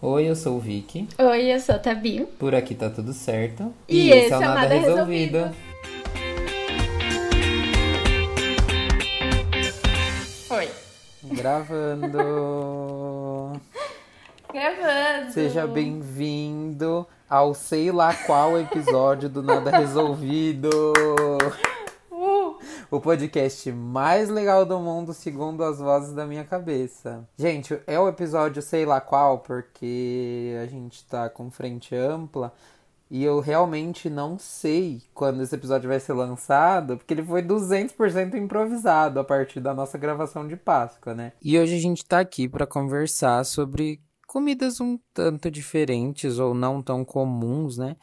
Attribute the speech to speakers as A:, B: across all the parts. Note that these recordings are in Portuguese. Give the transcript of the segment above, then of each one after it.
A: Oi, eu sou o Vicky.
B: Oi, eu sou a Tabi.
A: Por aqui tá tudo certo.
B: E esse é o Nada Resolvido. Oi.
A: Gravando.
B: Gravando.
A: Seja bem-vindo ao sei lá qual episódio do Nada Resolvido.
B: Uh,
A: O podcast mais legal do mundo, segundo as vozes da minha cabeça. Gente, é o episódio sei lá qual, porque a gente tá com frente ampla. E eu realmente não sei quando esse episódio vai ser lançado, porque ele foi 200% improvisado a partir da nossa gravação de Páscoa, né? E hoje a gente tá aqui pra conversar sobre comidas um tanto diferentes ou não tão comuns, né?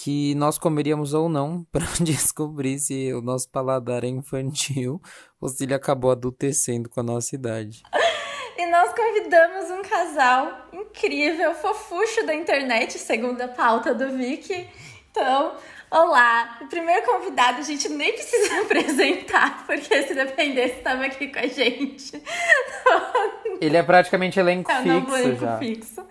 A: que nós comeríamos ou não para descobrir se o nosso paladar é infantil ou se ele acabou adultecendo com a nossa idade.
B: e nós convidamos um casal incrível, fofucho da internet, segundo a pauta do Vicky. Então, olá. O primeiro convidado a gente nem precisa apresentar, porque se dependesse, estava aqui com a gente.
A: Ele é praticamente elenco
B: É o novo
A: fixo
B: elenco
A: já.
B: fixo.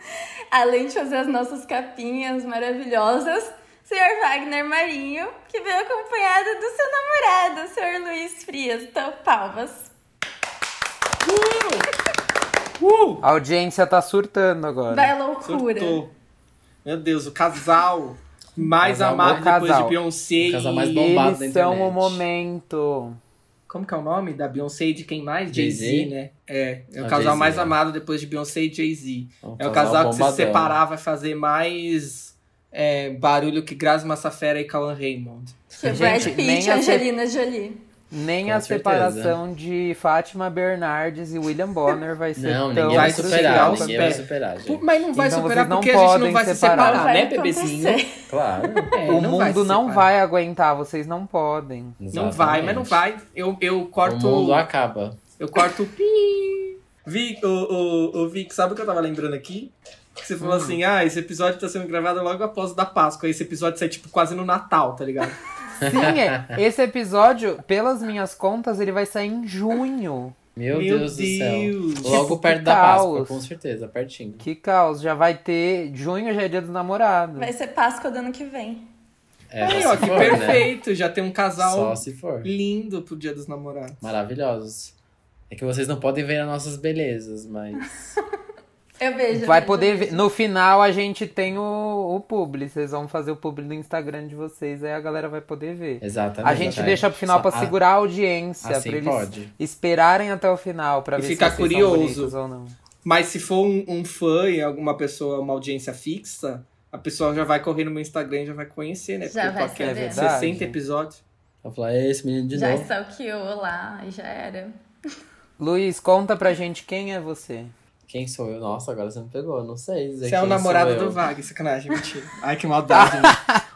B: Além de fazer as nossas capinhas maravilhosas, o senhor Wagner Marinho, que veio acompanhado do seu namorado, o senhor Luiz Frias. Então, palmas.
A: A audiência tá surtando agora.
B: Vai à loucura.
C: Surtou. Meu Deus, o casal mais
A: Casal,
C: amado
A: o
C: depois
A: casal.
C: de Beyoncé.
D: O casal mais
C: e-
D: bom. bombado
A: Eles
D: da
A: são
D: internet.
A: o momento.
C: Como que é o nome da Beyoncé e de quem mais? Jay-Z,
D: Jay-Z?
C: né? É, é o
D: Ah,
C: casal
D: Jay-Z,
C: mais
D: é.
C: amado depois de Beyoncé e Jay-Z. É o casal que se
D: bombadão.
C: separar vai fazer mais é, barulho que Grazi Massafera e Cauan Raymond.
B: Que é
A: Gente,
B: Brad
A: nem
B: Pitt e
A: a ce-
B: Angelina Jolie.
A: Nem
D: Com
A: a
D: certeza.
A: separação de Fátima Bernardes e William Bonner vai ser
D: Não,
A: tão
D: ninguém vai
C: Então,
D: superar,
C: os
A: crucial.
D: ninguém vai
C: pés.
D: superar,
C: Pô,
D: gente.
C: Mas não vai
A: Então vocês
C: superar
A: não
C: porque a gente
A: podem
C: não vai se
A: separar.
C: separar,
A: Não
B: vai
C: né,
B: acontecer.
C: bebezinho?
D: Claro.
C: É,
A: O
C: não vai
A: mundo
C: se
A: não
C: separar.
A: vai aguentar, vocês não podem.
C: Não vai, mas não vai. Eu, eu corto.
D: O mundo acaba.
C: Eu corto o pim. Vic, o, o, o Vic, sabe o que eu tava lembrando aqui? Que você
D: Hum.
C: falou assim, ah, esse episódio tá sendo gravado logo após o da Páscoa. Esse episódio sai, tipo, quase no Natal, tá ligado?
A: Sim, é. esse episódio, pelas minhas contas, ele vai sair em junho.
D: Meu, Deus, do
C: Deus.
D: céu. Logo
A: Tipo,
D: perto da
A: caos.
D: Páscoa, com certeza, pertinho.
A: Que caos, já vai ter. Junho já é dia do namorado.
B: Vai ser Páscoa do ano que vem.
D: É,
C: Aí,
D: só
C: ó,
D: se
C: que
D: for, né?
C: perfeito. Já tem um
D: Só
C: casal
D: se for.
C: lindo pro Dia dos Namorados.
D: Maravilhosos. É que vocês não podem ver as nossas belezas, mas.
B: Eu vejo.
A: Vai
B: amigo.
A: poder ver. No final a gente tem o, o publi. Vocês vão fazer o publi no Instagram de vocês, aí a galera vai poder ver.
D: Exatamente.
A: A gente
D: né?
A: deixa pro final
D: Só-
A: pra
D: Ah,
A: segurar a audiência,
D: assim
A: pra eles
D: pode.
A: esperarem até o final pra
C: E
A: ver
C: ficar
A: se vocês
C: curioso.
A: são bonitos ou não.
C: Mas se for um, um fã e alguma pessoa, uma audiência fixa, a pessoa já vai correr no meu Instagram e já vai conhecer, né?
B: Já
C: Porque
B: vai
C: eu tô aqui há
B: saber. É
A: verdade.
C: 60 episódios.
D: Vou falar, esse menino de
B: Já
D: novo.
B: stalkeou lá e já era.
A: Luiz, conta pra gente quem é você.
D: Quem sou eu? Nossa, agora você me pegou. Não sei. dizer
C: Você é o
D: quem sou
C: namorado
D: eu.
C: do Vag, sacanagem, mentira. Ai, que maldade. né?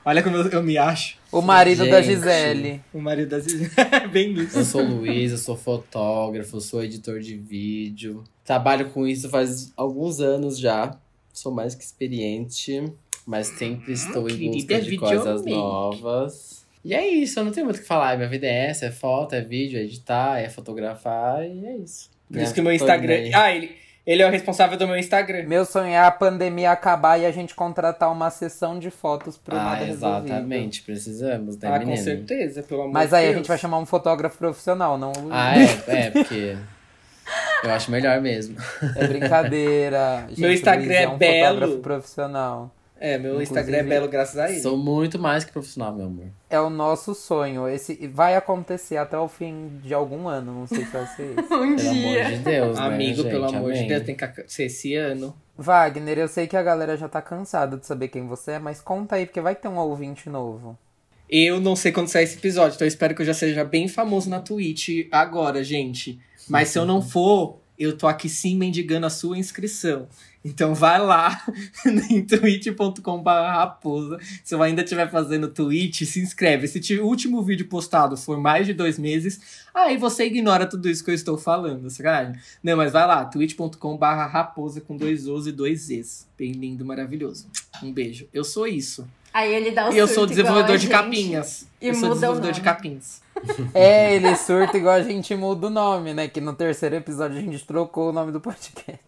C: Olha como eu, eu me acho.
A: O marido da
D: Gente.
A: Gisele.
C: O marido da Zizi. Bem isso.
D: Eu sou o Luiz, eu sou fotógrafo, sou editor de vídeo. Trabalho com isso faz alguns anos já. Sou mais que experiente, mas sempre estou em
C: Ah, querida, é
D: busca de
C: videomaker.
D: coisas novas. E é isso, eu não tenho muito o que falar. Minha vida é essa, é foto, é vídeo, é editar, é fotografar e é isso.
C: Por
A: Né,
C: isso que o meu Instagram. Ah, ele, ele é o responsável do meu Instagram.
A: Meu sonho é a pandemia acabar e a gente contratar uma sessão de fotos pro
D: Ah,
A: nada resolvido.
D: exatamente, precisamos, né,
C: ah, com
D: menino?
C: certeza, pelo amor
A: Tá Mas
C: de
A: aí a
C: Deus.
A: gente vai chamar um fotógrafo profissional, não o Luiz.
D: Ah, é, é, porque eu acho melhor mesmo.
A: É brincadeira. Gente,
C: Meu Instagram
A: o Luiz é, um
C: é belo.
A: fotógrafo profissional.
C: É, meu
A: Inclusive-
C: Instagram é belo graças a ele.
D: Sou muito mais que profissional, meu amor.
A: É o nosso sonho. Esse vai acontecer até o fim de algum ano, não sei se vai ser isso.
B: Um
D: Pelo
B: dia.
D: amor de Deus, né,
C: Amigo, pelo
D: gente?
C: amor de
D: Amém.
C: Deus, tem que ac- ser esse ano.
A: Wagner, eu sei que a galera já tá cansada de saber quem você é, mas conta aí, porque vai ter um ouvinte novo.
C: Eu não sei quando sair esse episódio, então eu espero que eu já seja bem famoso na Twitch agora, gente. Mas se eu não for, eu tô aqui sim mendigando a sua inscrição. Então vai lá em twitch.com raposa. Se eu ainda estiver fazendo Twitch, se inscreve. Se ti- o último vídeo postado for mais de dois meses, aí você ignora tudo isso que eu estou falando, sacanagem. Não, mas vai lá, twitch.com raposa com dois O's e dois Z's. Bem lindo, maravilhoso. Um beijo. Eu sou isso.
B: Aí ele dá o
C: E eu sou
B: surto igual a
C: desenvolvedor de
B: gente.
C: capinhas.
B: E
C: eu sou
B: muda o
C: desenvolvedor
B: nome.
C: de capinhas.
A: É, ele surta igual a gente muda o nome, né? Que no terceiro episódio a gente trocou o nome do podcast.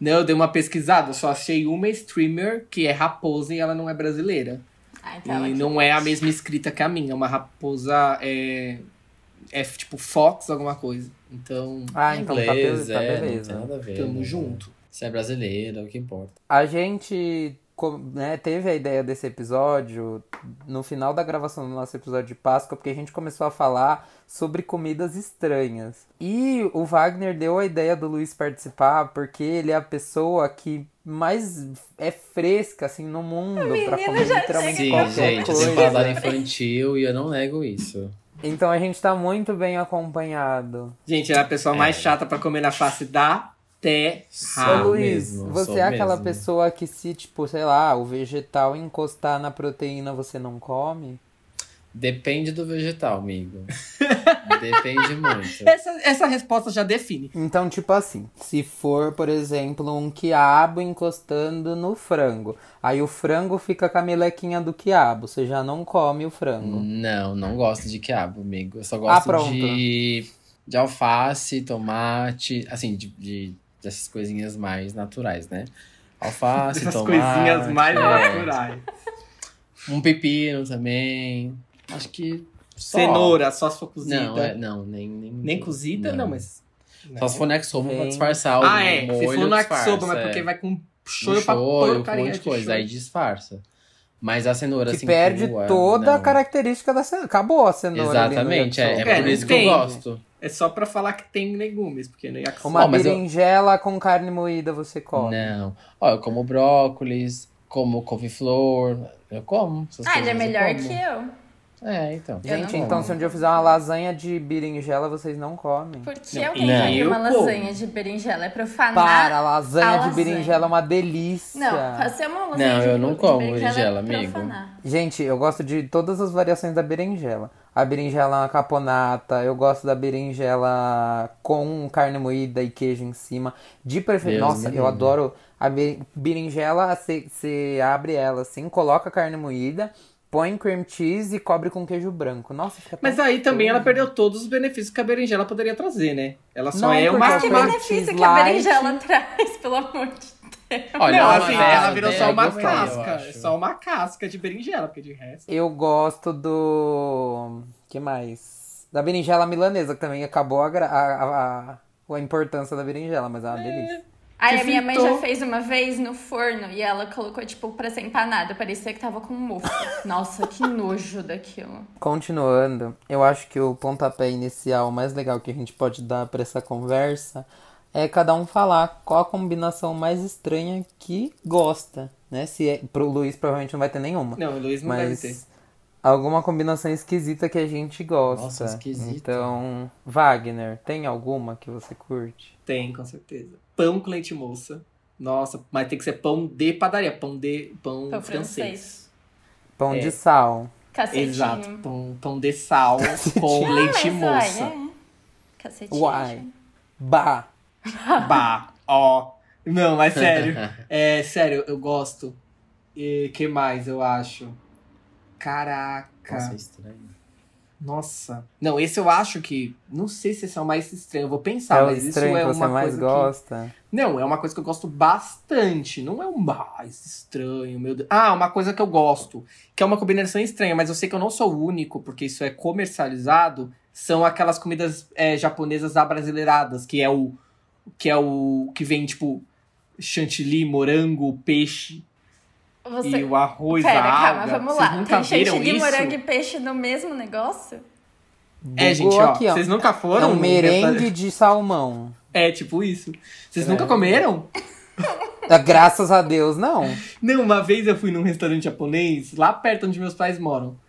C: Não, eu dei uma pesquisada, só achei uma streamer que é raposa e ela não é brasileira.
B: Ah, então ela
C: E
B: que-
C: não é a mesma escrita que a minha, é uma raposa é, é tipo Fox, alguma coisa. Então,
A: Ah, então tá,
D: Inglês,
A: be- tá
D: é,
A: beleza.
D: Não tem nada a ver.
C: tamo
D: né?
C: junto.
D: Se é brasileiro, é o que importa.
A: A gente com- né, teve a ideia desse episódio no final da gravação do nosso episódio de Páscoa, porque a gente começou a falar sobre comidas estranhas. E o Wagner deu a ideia do Luiz participar, porque ele é a pessoa que mais é fresca, assim, no mundo, pra
B: menino
A: comer
B: já
A: literalmente
B: chega
D: Sim,
A: qualquer
D: gente, eu
A: coisa.
D: tenho paladar infantil e eu não nego isso.
A: Então a gente tá muito bem acompanhado.
C: Gente, é a pessoa mais
D: É.
C: chata pra comer na face da terra.
D: Ah,
A: Ô, Luiz,
D: mesmo,
A: você
D: sou
A: é aquela
D: mesmo.
A: pessoa que se, tipo, sei lá, o vegetal encostar na proteína, você não come?
D: Depende do vegetal, amigo. Depende muito.
C: Essa, essa resposta já define.
A: Então, tipo assim, se for, por exemplo, um quiabo encostando no frango, aí o frango fica com a melequinha do quiabo, você já não come o
D: Hum,
A: frango.
D: Não, não gosto de quiabo, amigo.
C: Ah,
D: Eu só gosto
A: pronto.
D: de, de alface, tomate, assim, de, de- dessas coisinhas mais naturais, né? Alface,
C: Essas
D: tomate.
C: coisinhas mais
D: é,
C: naturais.
D: Um pepino também. Acho que. só.
C: Cenoura, só se for cozida.
D: Não, é- não, nem. Nem,
C: Nem cozida, não, mas. né?
D: Só se for no Axoba pra
A: Vem.
D: disfarçar o
C: Ah, é.
D: molho,
C: Se for no
D: disfarça,
C: Axoba, mas
D: é.
C: porque vai com
D: Um
C: shoyu pra
D: shoyu, com um
C: porcaria
D: monte de coisa,
C: shoyu.
D: aí disfarça. Mas a cenoura,
A: Que
D: assim,
A: perde
D: crua,
A: toda a
D: não.
A: característica da cenoura. Acabou a cenoura.
D: Exatamente,
A: ali
D: é,
A: no
D: é
A: Yakisoba.
D: por
C: É,
D: isso que eu
C: entende.
D: gosto.
C: É só pra falar que tem legumes, porque né, no Yakisoba.
A: Uma
D: Ó, mas eu- Né.
A: berinjela com carne moída você come.
D: Não. Ó, eu como brócolis, como couve-flor, eu como. essas
B: Ah, ele é
D: coisas eu
B: melhor
D: como.
B: que eu.
D: É, então.
A: Gente,
D: Eu não
A: então
D: como.
A: se um dia eu fizer uma lasanha de berinjela, vocês não comem.
B: Porque
C: Não,
B: alguém
D: não,
B: faria
C: eu
B: uma
C: como.
B: lasanha de berinjela? É profanar.
A: Para, lasanha,
B: a
A: de
B: lasanha.
A: berinjela é uma delícia.
B: Não, fazer uma lasanha
D: Não,
B: de,
D: eu não
B: de
D: como
B: berinjela,
D: berinjela,
B: é
D: amigo.
B: profanar.
A: Gente, eu gosto de todas as variações da berinjela. A berinjela na caponata, eu gosto da berinjela com carne moída e queijo em cima. De preferência,
D: Deus
A: nossa,
D: me
A: eu
D: livre.
A: adoro a be- berinjela, você abre ela assim, coloca a carne moída, põe cream cheese e cobre com queijo branco. Nossa, fica
B: é
C: Mas aí também
D: Hum.
C: ela perdeu todos os benefícios que a berinjela poderia trazer, né? Ela só
A: Não,
C: é
A: porque
C: uma.
A: ela
B: Que
A: Mas
B: benefício
A: um cheese
B: que a
A: light-
B: berinjela traz, pelo amor de Deus.
D: Olha,
C: Não,
D: ela
C: assim,
D: faz,
C: ela virou
D: né?
C: só uma
D: Eu gostei, eu
C: casca.
D: acho.
C: Só uma casca de berinjela, porque de resto.
A: Eu gosto do. que mais? Da berinjela milanesa, que também acabou a, gra- a, a- a importância da berinjela, mas é uma delícia.
B: Aí
C: Que
B: a minha mãe
C: fritou.
B: já fez uma vez no forno e ela colocou, tipo, pra ser empanada. Parecia que tava com um mofo. Nossa, que nojo daquilo.
A: Continuando, eu acho que o pontapé inicial mais legal que a gente pode dar pra essa conversa é cada um falar qual a combinação mais estranha que gosta, né? Se é, pro Luiz provavelmente não vai ter nenhuma.
C: Não, o Luiz não
A: mas
C: deve ter.
A: alguma combinação esquisita que a gente gosta.
D: Nossa, esquisita.
A: Então, Wagner, tem alguma que você curte?
C: Tem, com certeza. Pão com leite moça. Nossa, mas tem que ser pão de padaria, pão de pão,
B: Pão
C: francês.
A: Pão
C: É.
A: de sal.
B: Cacetinho.
C: Exato, pão, pão de sal com
B: Mas,
C: leite moça.
B: olha, é. Cacetinho.
A: Uai.
B: gente.
A: Bah.
C: Bah, ó. Não, mas sério. É, sério, eu gosto. E que mais eu acho? Caraca.
D: Nossa, é estranho.
C: Nossa. Não, esse eu acho que. Não sei se esse é o mais estranho. Eu vou pensar,
A: é o
C: mas isso
A: estranho
C: é
A: que você
C: uma
A: mais
C: coisa que.
A: gosta.
C: Não, é uma coisa que eu gosto bastante. Não é o mais estranho, meu Deus. Ah, uma coisa que eu gosto, que é uma combinação estranha, mas eu sei que eu não sou o único, porque isso é comercializado. São aquelas comidas é, japonesas abrasileiradas, que é o que é o que vem tipo chantilly, morango, peixe
B: Você...
C: e o arroz,
B: Pera,
C: a
B: calma,
C: alga.
B: vamos
C: Vocês
B: lá.
C: nunca
B: Tem
C: viram
B: chantilly,
C: isso?
B: morango e peixe no mesmo negócio?
C: É,
A: Bugou
C: gente, ó,
A: aqui, ó.
C: vocês nunca foram?
A: É um
C: num
A: merengue
C: restaurante?
A: de salmão.
C: É, tipo isso. Vocês
D: É.
C: nunca comeram?
A: Ah, Graças a Deus, não.
C: Não, uma vez eu fui num restaurante japonês, lá perto onde meus pais moram.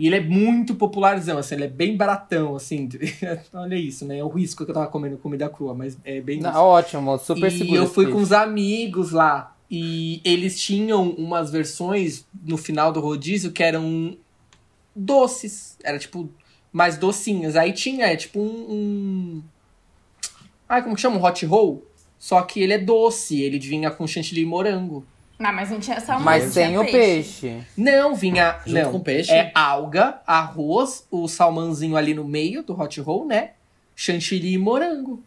C: E ele é muito popularzão, assim, ele é bem baratão, assim. Olha isso, né? É o risco que eu tava comendo comida crua, mas é bem
A: Não,
C: isso.
A: Ótimo, super
C: e
A: seguro.
C: eu
A: esse
C: fui com
A: peixe.
C: uns amigos lá. E eles tinham umas versões no final do rodízio que eram doces. Era tipo, mais docinhas. Aí tinha, é tipo um. um... Ah, como que chama? Um hot roll? Só que ele é doce, ele vinha com chantilly e morango.
B: Não, mas não tinha um salmão.
A: Mas
B: não
A: sem
B: tinha
A: o peixe.
C: Não, vinha.
D: Junto
C: não.
D: com peixe?
C: É alga, arroz, o salmãozinho ali no meio do hot roll, né? Chantilly e morango.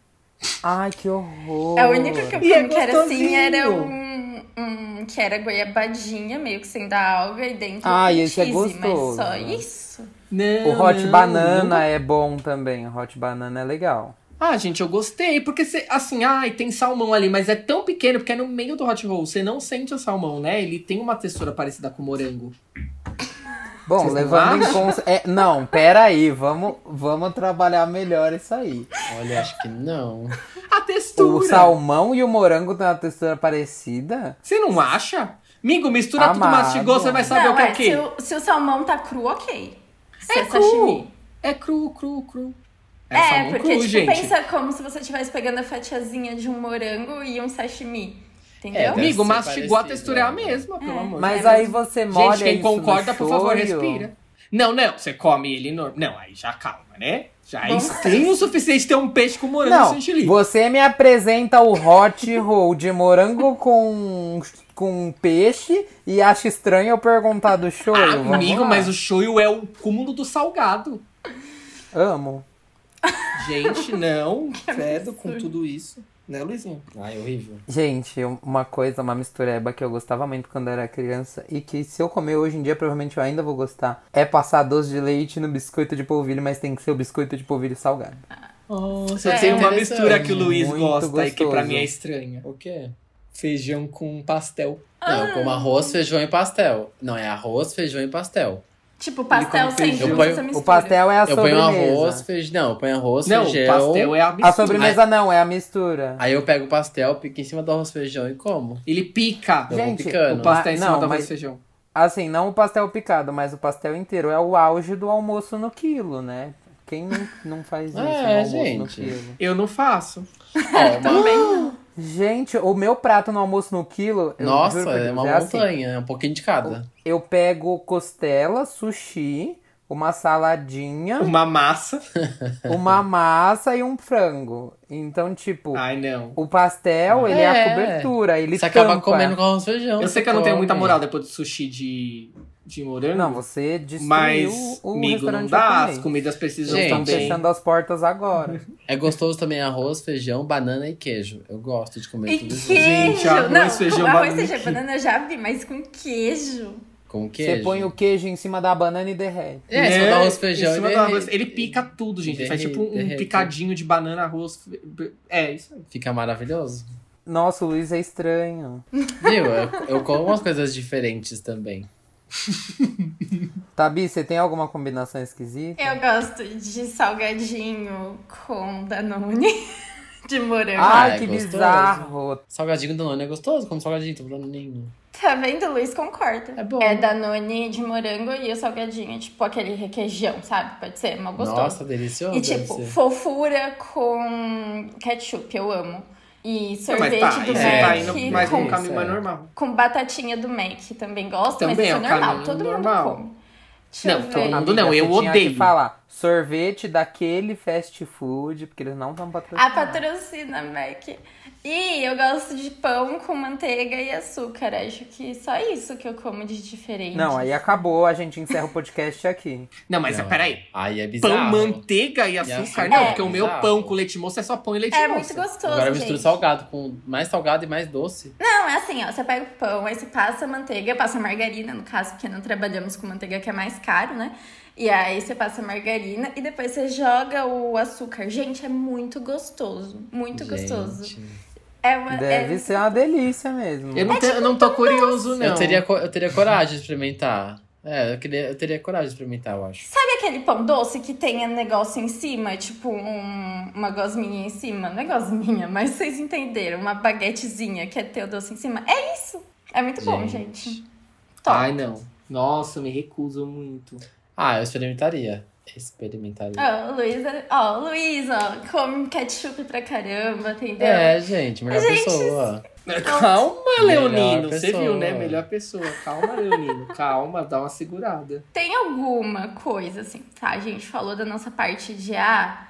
A: Ai, que horror.
B: A única que eu
C: E é
B: comi que era assim
C: gostosinho.
B: era um, um que era goiabadinha, meio que sem dar alga e dentro
A: Ah,
B: um
A: esse é
B: cheese,
A: gostoso.
B: Mas só isso.
C: Não,
A: O hot
C: não,
A: banana
C: não.
A: é bom também. O hot banana é legal.
C: Ah, gente, eu gostei, porque cê, assim, ai, tem salmão ali, mas é tão pequeno, porque é no meio do hot roll, você não sente o salmão, né? Ele tem uma textura parecida com morango.
A: Bom,
C: Vocês não
A: levando em conta. É, não, pera aí, vamos, vamos trabalhar melhor isso aí.
D: Olha, acho que não.
C: A
A: O
C: textura!
A: salmão e o morango têm uma textura parecida?
C: Você não acha? Migo, mistura tudo,
A: Amado.
C: mastigou, você vai saber
B: Não,
C: o que é,
B: é,
C: o
B: se,
C: quê.
B: o, se o salmão tá cru, ok. Se
C: É
B: é
C: cru.
B: sashimi.
C: É cru, cru, cru.
B: É,
C: salmão
B: porque
C: cru,
B: tipo,
C: gente.
B: pensa como se você estivesse pegando a fatiazinha de um morango e um sashimi. Entendeu?
D: deve
C: Migo,
D: ser
C: mastigou, a
D: parecido,
C: textura é a
D: né?
C: mesma, pelo amor de
A: Mas
C: Deus.
A: aí você molha
C: é Gente, quem
A: isso
C: concorda,
A: no
C: por
A: shoyu.
C: favor, respira. Não, não, você come ele no... Não, aí já calma, né? Já é
B: Bom.
C: estranho o suficiente ter um peixe com morango
A: Não,
C: sem chantilly.
A: você me apresenta o hot roll de morango com, com peixe e acha estranho eu perguntar do show.
C: Ah, Amigo, mas o shoyu é o cúmulo do salgado.
A: Amo.
C: Gente, não. Credo com tudo isso. Né, Luizinho?
D: Ai, horrível.
A: Gente, uma coisa, uma mistureba que eu gostava muito quando era criança e que se eu comer hoje em dia, provavelmente eu ainda vou gostar, é passar doce de leite no biscoito de polvilho, mas tem que ser o biscoito de polvilho salgado.
C: Nossa,
B: É,
C: tem uma
D: interessante.
C: mistura que o Luiz
A: Muito
C: gosta e que pra
A: gostoso.
C: mim é estranha.
D: O quê?
C: Feijão com pastel.
D: Não, como arroz, feijão e pastel. Não, é arroz, feijão e pastel.
B: Tipo, pastel
C: come
B: sem
C: feijão.
B: glúten,
D: Eu ponho-
B: você mistura.
A: O pastel é a
D: eu ponho
A: sobremesa.
D: arroz, feijão. Não, eu ponho arroz,
C: Não,
D: feijão.
C: pastel é a mistura.
A: A sobremesa não, é a mistura.
D: Aí eu pego o pastel, pico em cima do arroz, feijão e como.
C: Ele pica.
D: Eu vou
A: Gente, Ah,
D: picando.
C: O pastel é em
A: Não,
C: cima do arroz
A: mas-
C: e feijão.
A: Assim, não o pastel picado, mas o pastel inteiro. É o auge do almoço no quilo, né? Quem não, não faz isso
D: É,
A: no almoço no
D: gente.
A: quilo?
C: Eu não faço.
D: É uma...
A: Gente, o meu prato no almoço no quilo... eu
D: Nossa,
A: juro por
D: é
A: Deus,
D: uma
A: assim.
D: montanha, é um pouquinho de cada.
A: eu pego costela, sushi, uma
D: Ah.
A: saladinha,
C: Uma massa.
A: uma massa e um frango. Então, tipo,
C: Ai, não.
A: o pastel, ele é.
D: É.
A: a cobertura, ele
D: Você acaba
A: tampa.
D: comendo com arroz, feijão.
C: Eu
D: você
C: sei que eu não tenho
D: come.
C: muita moral depois do sushi de, de morango.
A: Não, você destruiu
C: mas,
A: o
C: amigo, não
A: restaurante
C: dá. As
A: japonês.
C: comidas precisam
D: Gente,
A: Estão
C: também.
A: fechando as portas agora.
D: É gostoso também arroz, feijão, banana e queijo. Eu gosto de comer
B: E
D: tudo isso.
B: queijo!
C: Gente, arroz,
B: não,
C: feijão,
B: com arroz,
C: banana,
B: feijão,
C: queijo.
B: banana eu já vi, mas com queijo.
D: Com queijo.
A: Você põe o queijo em cima da banana e derrete.
D: É, em cima
C: Né?
D: do arroz, feijão
C: Em
D: e
C: cima do
D: derre-
C: arroz. Ele pica tudo, gente. Ele faz
D: derre-
C: tipo um
D: derrete.
C: picadinho de banana, arroz. fe- É, isso aí.
D: Fica maravilhoso.
A: Nossa, o Luiz é estranho.
D: Viu? Eu, eu como umas coisas diferentes também.
A: Tabi, você tem alguma combinação esquisita?
B: Eu gosto de salgadinho com danone de morango.
A: Ai,
D: Ah, é
A: que
D: gostoso.
A: bizarro.
C: Ah,
D: Salgadinho do Danone é gostoso, como salgadinho do Danone.
B: Tá vendo, Luiz? Concorda.
D: É bom.
B: É danone de morango e o salgadinho, é tipo aquele requeijão, sabe? Pode ser, mal gostoso.
D: Nossa, delicioso.
B: e
D: deve
B: tipo,
D: ser.
B: fofura com ketchup, eu amo. E
C: Não,
B: sorvete
C: tá,
B: do
C: isso
D: é,
C: tá
B: Mac
C: indo
D: que
C: mais pra um
D: isso,
C: caminho
D: é.
C: mais normal.
B: com batatinha do Mac, também gosto,
C: Também
B: mas
C: é
B: isso é,
C: o
B: normal,
C: caminho
B: todo
C: normal.
B: mundo come. Deixa
C: Não,
B: eu
C: todo
B: ver.
C: mundo- Não, eu
A: você tinha
C: odeio.
A: Que falar sorvete daquele fast food, porque eles não estão
B: A
A: patrocinando.
B: patrocina Mac. E eu gosto de pão com manteiga e açúcar. Acho que só isso que eu como de diferente.
A: Não,
D: é
A: aí acabou, a gente encerra o podcast aqui.
C: Não, mas
D: Não.
C: peraí.
D: Aí é bizarro.
C: Pão, manteiga e açúcar?
D: açúcar.
C: Não,
B: É.
C: porque o meu
D: Bizarro.
C: pão com leite moça é só pão e leite
B: É
C: moça.
B: muito gostoso,
D: Agora eu misturo
B: gente.
D: salgado com mais salgado e mais doce.
B: Não, é assim, ó. Você pega o pão, aí você passa manteiga, passa margarina, no caso, porque não trabalhamos com manteiga que é mais caro, né? E aí você passa margarina e depois você joga o açúcar. Gente, é muito gostoso. Muito gostoso.
D: Gente.
B: É uma,
A: Deve
B: é-
A: ser uma delícia mesmo.
C: Eu não, tenho- eu
B: tipo
C: não tô curioso, não.
D: Eu teria, co- eu teria coragem de experimentar. É, eu, queria, eu teria coragem de experimentar, eu acho.
B: Sabe aquele pão doce que tem um negócio em cima? Tipo um- uma gosminha em cima? Não é gosminha, mas vocês entenderam. Uma baguetezinha que é ter o doce em cima. É isso! É muito bom, gente. Top.
C: Ai, não. Nossa, eu me recuso muito.
D: Ah, eu experimentaria. Experimentaria.
B: Ó, o Luiz, ó, o Luiz, ó, come ketchup pra caramba, entendeu?
D: É, gente, melhor
B: Gente,
D: pessoa.
C: Calma,
D: Melhor
C: Leonino. Você
D: pessoa.
C: viu, né? Melhor pessoa. Calma, Leonino. Calma, dá uma segurada.
B: Tem alguma coisa, assim, tá? A gente falou da nossa parte de, ah,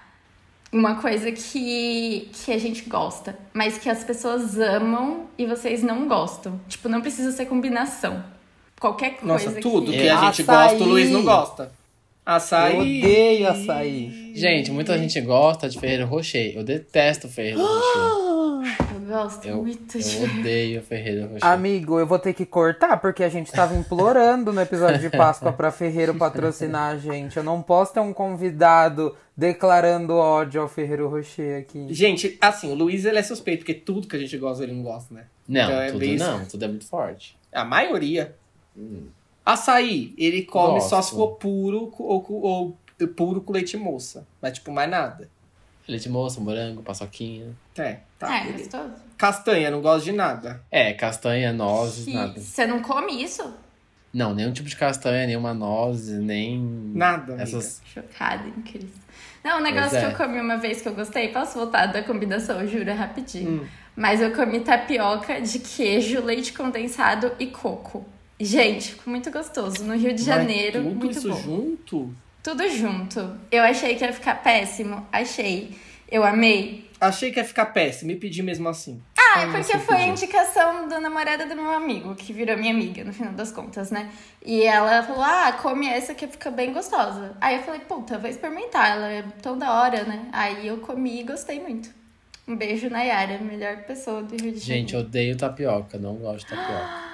B: uma coisa que, que a gente gosta, mas que as pessoas amam e vocês não gostam. Tipo, não precisa ser combinação. Qualquer coisa
C: Nossa, tudo que, é
B: que...
D: que
C: a
A: a
C: gente
A: gente Açaí.
C: gosta, o Luiz não gosta. Açaí.
A: Eu odeio açaí.
D: Gente, muita gente gosta de Ferreiro Rocher. Eu detesto Ferreiro Rocher.
B: Eu gosto
D: Eu,
B: muito
D: eu
B: de.
D: odeio Ferreiro Rocher.
B: Ah,
A: Amigo, eu vou ter que cortar porque a gente tava implorando no episódio de Páscoa pra Ferreiro patrocinar a gente. Eu não posso ter um convidado declarando ódio ao Ferreiro Rocher aqui.
C: Gente, assim, o Luiz ele é suspeito, porque tudo que a gente gosta ele não gosta, né?
D: Não,
C: Então é
D: tudo
C: bem isso.
D: não. Tudo é muito forte.
C: A maioria. Hum. Açaí, ele come só
D: Gosto.
C: se for puro co- ou, co- ou puro com leite moça. Mas, tipo, mais nada.
D: Leite moça, morango, paçoquinha.
C: É, tá.
B: É,
C: beleza.
B: gostoso.
C: Castanha, não gosto de nada.
D: É, castanha, nozes,
B: E
D: nada.
B: Você não come isso?
D: Não, nenhum tipo de castanha, nenhuma noz, nem.
C: Nada, amiga.
D: Essas.
B: Chocada, em Cristo. Não, um negócio
D: Pois é.
B: que eu comi uma vez que eu gostei, posso voltar da combinação, juro, é rapidinho.
C: Hum.
B: Mas eu comi tapioca de queijo, leite condensado e coco. Gente, ficou muito gostoso. No Rio de Janeiro,
C: Mas tudo
B: muito
C: isso
B: bom.
C: junto?
B: Tudo junto. Eu achei que ia ficar péssimo, achei. Eu amei.
C: Achei que ia ficar péssimo e pedi mesmo assim.
B: Ah, é
C: Como
B: porque
C: você
B: foi a
C: pediu?
B: indicação da namorada do meu amigo, que virou minha amiga, no final das contas, né? E ela falou, ah, come essa que fica bem gostosa. Aí eu falei, puta, vou experimentar, ela é tão da hora, né? Aí eu comi e gostei muito. Um beijo, Nayara, melhor pessoa do Rio de Janeiro.
D: Gente, eu odeio tapioca, não gosto de tapioca.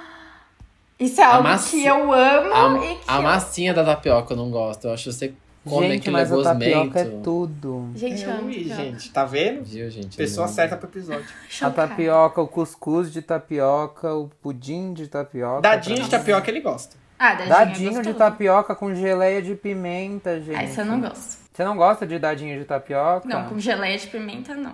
B: Isso é
D: a
B: algo
D: massa-
B: que eu amo
C: Ah,
D: A,
B: e
C: é
B: que...
D: a
B: eu-
D: massinha da tapioca eu não gosto. Eu acho que você come
A: Gente,
D: aquilo
A: mas
D: é
A: a tapioca é
D: gosmento.
A: tudo.
B: Gente, eu,
C: Eu
B: amo
C: vi,
B: tapioca.
C: É gente. Tá vendo?
D: Viu, gente?
C: Pessoa
D: Não-
C: certa pro episódio.
A: A
B: Chocada.
A: tapioca, o cuscuz de tapioca, o pudim de tapioca.
C: Dadinho
A: é pra-
C: de tapioca é ele gosta.
B: Ah, dadinho, é
A: Dadinho de
B: gostoso.
A: tapioca com geleia de pimenta, gente.
B: Ah, isso eu não gosto.
A: Você não gosta de dadinho de tapioca?
B: Não, com geleia de pimenta, não.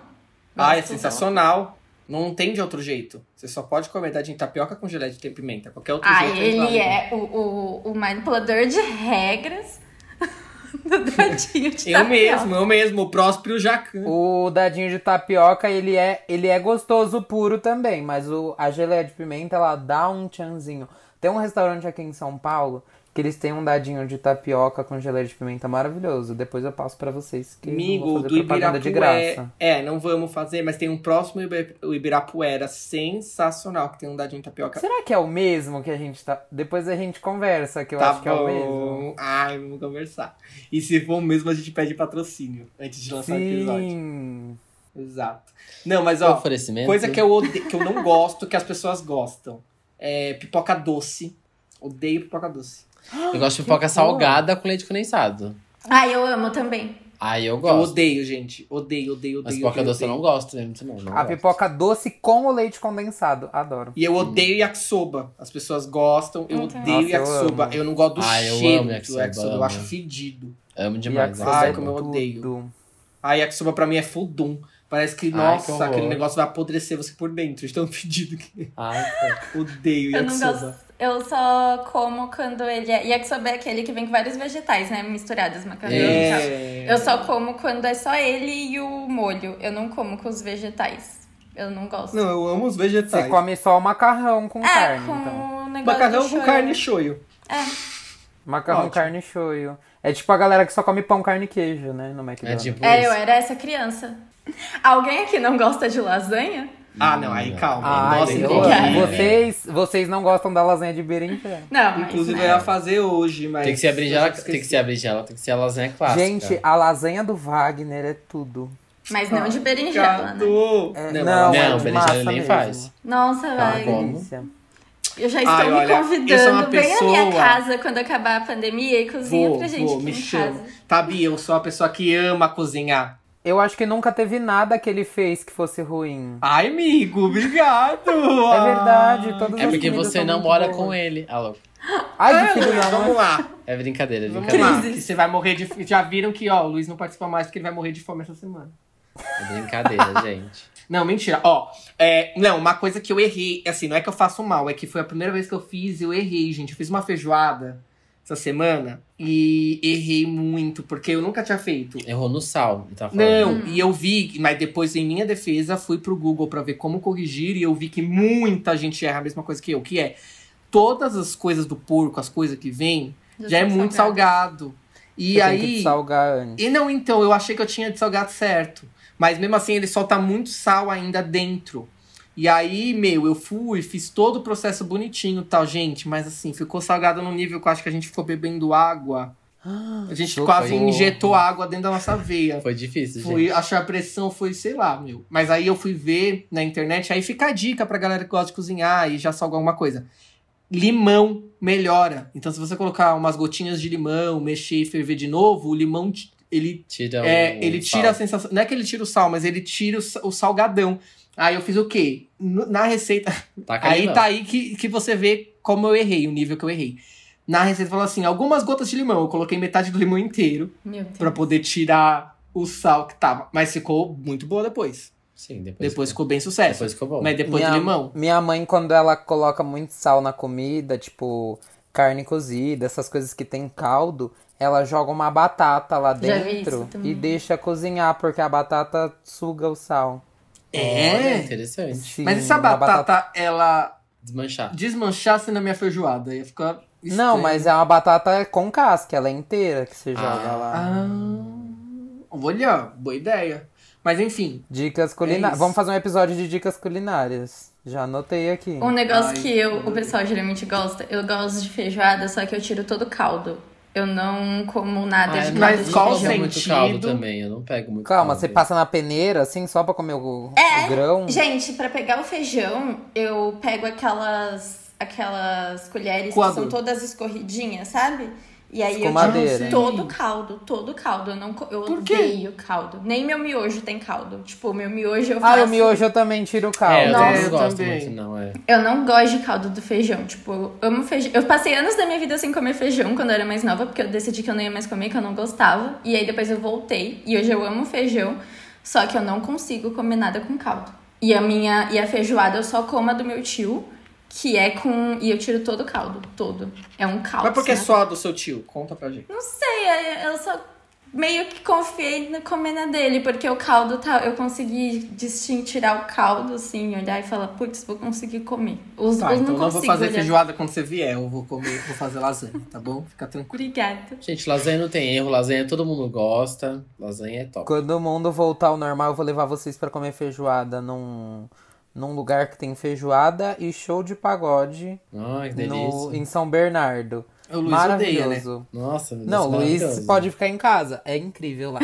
C: Ah, é
B: Gosto dela.
C: sensacional. Não tem de outro jeito. Você só pode comer dadinho de tapioca com geleia de pimenta. Qualquer outro
B: Ah,
C: jeito
B: ele
C: inválido.
B: é o, o, o manipulador de regras do dadinho de
C: Eu
B: tapioca.
C: mesmo, eu mesmo, o Próspero e o Jacan.
A: O dadinho de tapioca, ele é, ele é gostoso puro também, mas o, a geleia de pimenta, ela dá um tchanzinho. Tem um restaurante aqui em São Paulo que eles têm um dadinho de tapioca com geleia de pimenta maravilhoso. Depois eu passo pra vocês que eu não
C: Amigo,
A: vou
C: do
A: fazer propaganda
C: Ibirapuera.
A: de graça.
C: É, não vamos fazer, mas tem um próximo Ibe- o Ibirapuera sensacional, que tem um dadinho de tapioca.
A: Será que é o mesmo que a gente tá. Depois a gente conversa, que eu
C: tá
A: acho que é o mesmo.
C: bom. Ai, vamos conversar. E se for o mesmo, a gente pede patrocínio antes de lançar o episódio.
A: Sim.
C: Exato. Não, mas ó,
D: Oferecimento.
C: Coisa que eu, ode- que eu não gosto, que as pessoas gostam. É pipoca doce. Odeio pipoca doce.
D: Eu gosto de pipoca
A: Que
D: salgada com leite condensado.
B: Ah, eu amo também.
D: Aí eu
C: Eu
D: gosto.
C: odeio, gente. Odeio, odeio, odeio.
D: Mas pipoca
C: odeio,
D: doce eu
C: odeio.
D: não gosto mesmo, não. não
A: A
D: gosto.
A: pipoca doce com o leite condensado. Adoro.
C: E eu
D: Hum.
C: odeio yakisoba. As pessoas gostam. Eu
B: Eu também.
C: odeio
A: Nossa, eu
C: yakisoba. Eu,
A: amo.
C: não gosto do
D: Ah, eu
C: cheiro
D: amo
C: do
D: yakisoba,
C: yakisoba. Eu
D: amo.
C: acho fedido.
D: Amo demais. né?
A: Yakisoba
C: Ai,
A: é
C: como eu
A: tudo.
C: odeio. A yakisoba pra mim é fudum. Parece que,
D: Ai, que
C: nossa,
D: horror.
C: aquele negócio vai apodrecer você por dentro. De tão fedido que é.
D: Ai, pô.
C: Odeio
B: Eu não
C: yakisoba.
B: gosto. Eu só como quando ele é. Yakisoba é aquele que vem com vários vegetais, né? Misturados, macarrão e tal.
C: É...
B: Eu só como quando é só ele e o molho. Eu não como com os vegetais. Eu não gosto.
C: Não, eu amo os vegetais.
A: Você come só o macarrão com
B: é,
A: carne,
B: com
A: então.
B: o negócio
C: Macarrão
B: do
C: com
B: shoyu.
C: carne e shoyu.
A: Macarrão,
C: Ótimo.
A: carne e shoyu. É tipo a galera que só come pão, carne e queijo, né? No
D: É
A: McDonald's.
D: tipo
B: É, eu
D: isso.
B: era essa criança. Alguém aqui não gosta de lasanha?
C: Ah, não,
D: Hum,
C: aí calma.
A: Ai,
C: Nossa,
A: Deus.
C: entendi.
A: vocês, vocês não gostam da lasanha de berinjela.
B: Não, mas,
C: Inclusive, é
B: né?
C: eu ia fazer hoje, mas.
D: Tem que ser a
C: eu
D: berinjela,
C: já
D: tem que
C: esqueci.
D: ser a berinjela, tem que ser a lasanha clássica. É
A: Gente, a lasanha do Wagner é tudo.
B: Mas não de berinjela, né?
C: Gato.
A: É,
C: não,
A: não,
C: ela-
D: Não,
A: de
D: berinjela
A: massa
D: ele nem
A: mesmo.
D: faz.
B: Nossa,
C: Tá
A: É uma
B: vai.
D: Ai, como?
A: delícia.
B: Eu já estou
C: Ai,
B: me
C: olha, eu sou uma
B: convidando. Vem à minha
C: pessoa-
B: casa quando acabar a pandemia e cozinha
C: vou,
B: pra gente
C: vou,
B: aqui
C: me
B: em
C: chama.
B: casa.
C: Tá, Bia, eu sou uma pessoa que ama cozinhar.
A: Eu acho que nunca teve nada que ele fez que fosse ruim.
C: Ai, amigo, obrigado.
A: É verdade, todas
D: É
A: as
D: porque
A: comidas
D: você
A: são
D: não
A: muito
D: mora
A: boas.
D: com ele. Ah, louco.
A: Ai,
C: Ah,
A: que filho
C: Luiz,
A: da mãe.
C: vamos lá,
D: É brincadeira, é
C: vamos
D: brincadeira.
C: lá. Que você vai morrer de fome. Já viram que, ó, o Luiz não participa mais porque ele vai morrer de fome essa semana.
D: É brincadeira, gente.
C: Não, mentira. Ó, é, não, uma coisa que eu errei, assim, não é que eu faço mal, é que foi a primeira vez que eu fiz e eu errei, gente. Eu fiz uma feijoada essa semana e errei muito, porque eu nunca tinha feito.
D: Errou no sal, ele tá falando.
C: Não,
B: Hum.
C: e eu vi, mas depois, em minha defesa, fui pro Google pra ver como corrigir e eu vi que muita gente erra a mesma coisa que eu, que é todas as coisas do porco, as coisas que vêm, já é
B: são
C: muito
B: salgadas.
C: salgado. E
A: Você
C: aí.
A: Tem que salgar antes.
C: E não, então, eu achei que eu tinha de salgado certo. Mas mesmo assim, ele solta muito sal ainda dentro. E aí, meu, eu fui, fiz todo o processo bonitinho e tal, gente. Mas assim, ficou salgado num nível que eu acho que a gente ficou bebendo água. A gente
A: Socorro.
C: quase injetou água dentro da nossa veia.
D: Foi difícil,
C: Fui
D: gente.
C: achar a pressão, foi, sei lá, meu. Mas aí eu fui ver na internet, aí fica a dica pra galera que gosta de cozinhar e já salga alguma coisa. Limão melhora. Então, se você colocar umas gotinhas de limão, mexer e ferver de novo, o limão, ti- ele,
D: Tira
C: é,
D: um
C: ele
D: sal.
C: tira a sensação. Não é que ele tira o sal, mas ele tira o, sa- o salgadão. Aí eu fiz o quê? No- Na receita.
A: assim,
D: Taca
C: Aí
D: limão.
C: tá aí que, que você vê como eu errei, o nível que eu errei. Na receita falou assim: algumas gotas de limão. Eu coloquei metade do limão inteiro
B: Meu Deus.
C: pra poder tirar o sal que tava. Mas ficou muito boa depois.
D: Sim, depois,
C: Depois ficou bem sucesso.
D: é. Depois ficou bom.
C: Mas depois do
A: minha,
C: limão.
A: Minha mãe, quando ela coloca muito sal na comida, tipo carne cozida, essas coisas que tem caldo, ela joga uma batata lá
B: Já vi isso
A: dentro
B: também.
A: e deixa cozinhar, porque a batata suga o sal.
D: Olha,
C: É.
D: interessante.
A: Sim,
C: Mas e se a
A: uma
C: batata, ela
D: Desmanchar.
C: desmanchasse na minha feijoada? Ia ficar. estranho.
A: Não, mas é uma batata com casca, ela é inteira que você joga lá.
C: Ah. Olha, boa ideia. Mas enfim,
A: Dicas
C: É
A: culinárias.
C: isso.
A: Vamos fazer um episódio de dicas culinárias. Já anotei aqui.
B: Um negócio
C: Ai,
B: que eu,
C: meu
B: o pessoal geralmente gosta, eu gosto de feijoada, só que eu tiro todo o caldo. Eu não como nada
D: Ah, eu
B: de
D: não
C: mas
B: caldo de
C: qual
D: pego
B: feijão.
C: sentido?
D: muito caldo também, eu não pego muito
A: Calma,
D: caldo.
A: você passa na peneira, assim, só pra comer o,
B: É,
A: o grão?
B: Gente, pra pegar o feijão, eu pego aquelas aquelas colheres
C: Coador.
B: que são todas escorridinhas, sabe? E aí eu
A: Escumadeira.
B: tiro todo o caldo, todo o caldo. Eu não co- eu
C: Por quê?
B: odeio caldo. Nem meu miojo tem caldo. Tipo, meu miojo eu faço.
A: Ah, o miojo eu também tiro o caldo.
D: É, eu
B: Nossa.
D: também não gosto
C: também.
D: muito, não, é.
B: Eu não gosto de caldo do feijão. Tipo, eu amo feijão. Eu passei anos da minha vida sem comer feijão quando eu era mais nova, porque eu decidi que eu não ia mais comer, que eu não gostava. E aí depois eu voltei. E hoje eu amo feijão, só que eu não consigo comer nada com caldo. E a minha. E a feijoada eu só como a do meu tio, que é com. E eu tiro todo o caldo, todo. É um caldo.
C: Mas por que
B: né?
C: só a do seu tio? Conta pra gente.
B: Não sei, eu- É, eu só meio que confiei na comida dele, porque o caldo tá. Eu consegui distin- tirar o caldo, assim, olhar e falar, putz, vou conseguir comer. Os
C: Tá,
B: os
C: então não vou
B: consigo
A: né?
C: fazer
B: olhar.
C: feijoada quando você vier. Eu vou comer, vou fazer lasanha, tá bom? Fica tranquilo.
B: Obrigada.
D: Gente, lasanha não tem erro, lasanha todo mundo gosta, lasanha é top.
A: Quando o mundo voltar ao normal, eu vou levar vocês pra comer feijoada num, num lugar que tem feijoada e show de pagode
D: Ai, que
A: no,
D: delícia.
A: em São Bernardo.
C: O Luiz odeia, né?
A: Maravilhoso.
D: Nossa, meu Deus,
A: Não, Luiz
D: maravilhoso.
A: pode ficar em casa. É incrível lá.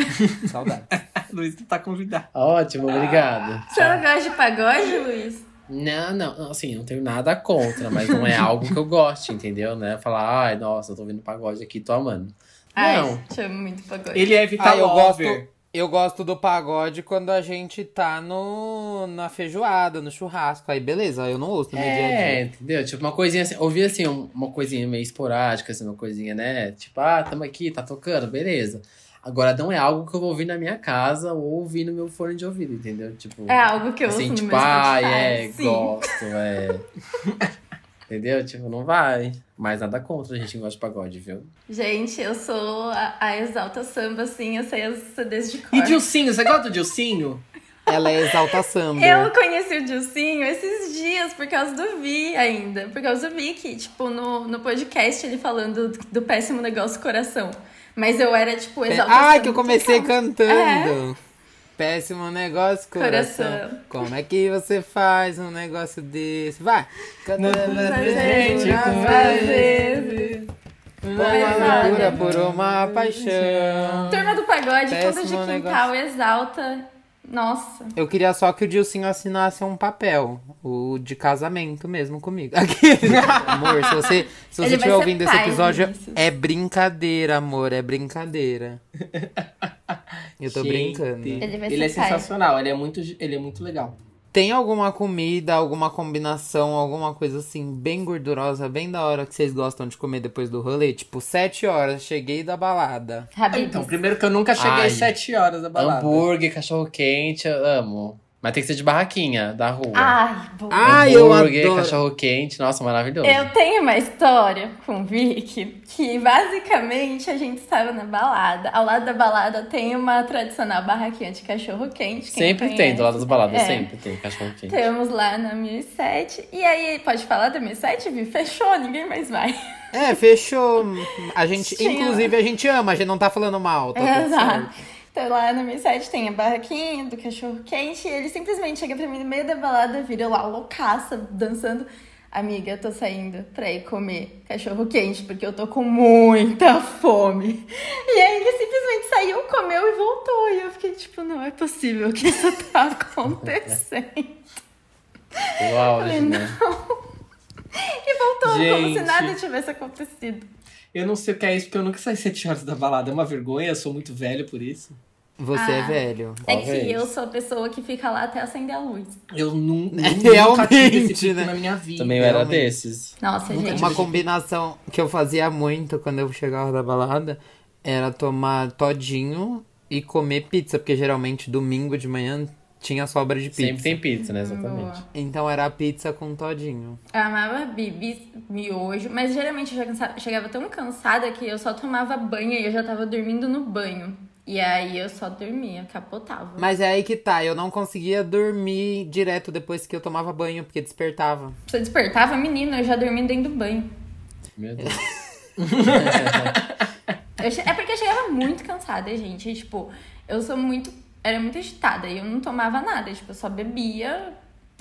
A: Saudade.
C: Luiz não tá convidado.
D: Ótimo, obrigado.
B: Você não gosta de pagode, Luiz?
D: É. Não, não, assim, não tenho nada contra, mas não é algo que eu goste, entendeu? Né? Falar, ai, nossa, eu tô ouvindo pagode aqui, tô amando.
B: Ai,
D: Não.
B: te amo muito pagode.
C: Ele é
B: Então,
C: Vital
A: Ah, eu
C: Lover.
A: gosto, eu gosto do pagode quando a gente tá no, na feijoada, no churrasco. Aí beleza, eu não ouço no meu dia a
D: É,
A: dia.
D: entendeu? Tipo, uma coisinha assim, ouvir assim, um- uma coisinha meio esporádica, assim, uma coisinha, né? Tipo, ah, tamo aqui, tá tocando, beleza. Agora não é algo que eu vou ouvir na minha casa ou ouvir no meu fone de ouvido, entendeu? Tipo,
B: É algo que eu
D: assim,
B: ouço no
D: tipo,
B: meu
D: ah,
B: Spotify.
D: é,
B: Sim.
D: gosto, é. entendeu? Tipo, não vai. Mas nada contra a gente que gosta de pagode, viu?
B: Gente, eu sou a, a Exalta Samba, assim, eu sei as CDs de cor.
C: E Dilcinho, você gosta do Dilcinho?
A: Ela é exalta samba.
B: Eu conheci o Dilcinho esses dias por causa do Vi ainda. Por causa do Vi, que, tipo, no, no podcast ele falando do, do péssimo negócio coração. Mas eu era, tipo,
A: Pe-
B: exaltação.
A: Ah, que eu comecei
B: então.
A: cantando. Péssimo negócio, coração.
B: É. Coração.
A: Como é que você faz um negócio desse? Vai. né?
B: Presente com prazer.
A: Uma loucura
B: né?
A: por uma paixão.
B: Turma do pagode, toda de
A: Péssimo
B: quintal,
A: negócio.
B: exalta. Nossa.
A: Eu queria só que o Dilcinho assinasse um papel, o de casamento mesmo comigo. Aquele- amor, se você se você
B: Ele vai
A: estiver
B: ser
A: ouvindo esse
B: pai,
A: episódio,
B: Vinícius.
A: é brincadeira, amor, é brincadeira. Eu tô
C: Gente,
A: brincando.
B: Ele vai
C: Ele é
B: ser pai.
C: sensacional, ele é muito, ele é muito legal.
A: Tem alguma comida, alguma combinação, alguma coisa assim bem gordurosa, bem da hora que vocês gostam de comer depois do rolê? Tipo, sete horas, cheguei da balada.
B: Rabibs.
C: Então, primeiro que eu nunca cheguei
D: Ai.
C: às 7 horas da balada.
D: Hambúrguer, cachorro quente, eu amo. Mas tem que ser de barraquinha, da rua.
B: Ai, boa.
A: Ah, eu
D: Hambúrguer,
A: adoro.
D: cachorro quente, nossa, maravilhoso.
B: Eu tenho uma história com o Vic que basicamente a gente estava na balada. Ao lado da balada tem uma tradicional barraquinha de cachorro quente.
D: Sempre tem, do lado das baladas,
B: É.
D: sempre tem cachorro quente.
B: Temos lá na 1007. E aí, pode falar da 1007, Vi? Fechou, ninguém mais vai.
A: É, fechou. A gente,
B: Tinha. É,
A: inclusive, a gente ama, a gente não tá falando mal, tá tudo certo.
B: Exato. Então lá na minha site tem a barraquinha do cachorro quente e ele simplesmente chega pra mim no meio da balada, vira lá loucaça, dançando. Amiga, eu tô saindo pra ir comer cachorro quente porque eu tô com muita fome. E aí ele simplesmente saiu, comeu e voltou. E eu fiquei tipo, não é possível que isso tá acontecendo.
D: O auge, né?
B: E voltou como se
C: Gente.
B: nada tivesse acontecido.
C: Eu não sei o que é isso, porque eu nunca saí sete horas da balada. É uma vergonha, eu sou muito velho por isso.
A: Você é
B: Ah.
A: velho.
B: É
D: Talvez.
B: que eu sou a pessoa que fica lá até acender a luz.
C: Eu nun- nun- nunca tive esse
A: Realmente,
C: pico
A: né?
C: na minha vida.
D: Também eu era
A: Realmente.
D: desses.
B: Nossa,
C: Nunca
B: gente.
A: Uma combinação que eu fazia muito quando eu chegava da balada era tomar todinho e comer pizza, porque geralmente domingo de manhã tinha sobra de pizza.
D: Sempre tem pizza, né? Exatamente.
B: Boa.
A: Então era pizza com todinho.
B: Eu amava bibis, miojo, mas geralmente eu já cansa- chegava tão cansada que eu só tomava banho e eu já tava dormindo no banho. E aí eu só dormia, capotava.
A: Mas é aí que tá, eu não conseguia dormir direto depois que eu tomava banho, porque despertava.
B: Você despertava, menina, eu já dormia dentro do banho.
D: Meu Deus.
B: Eu che- É porque eu chegava muito cansada, gente. E, tipo, eu sou muito. Era muito agitada e eu não tomava nada. Tipo, eu só bebia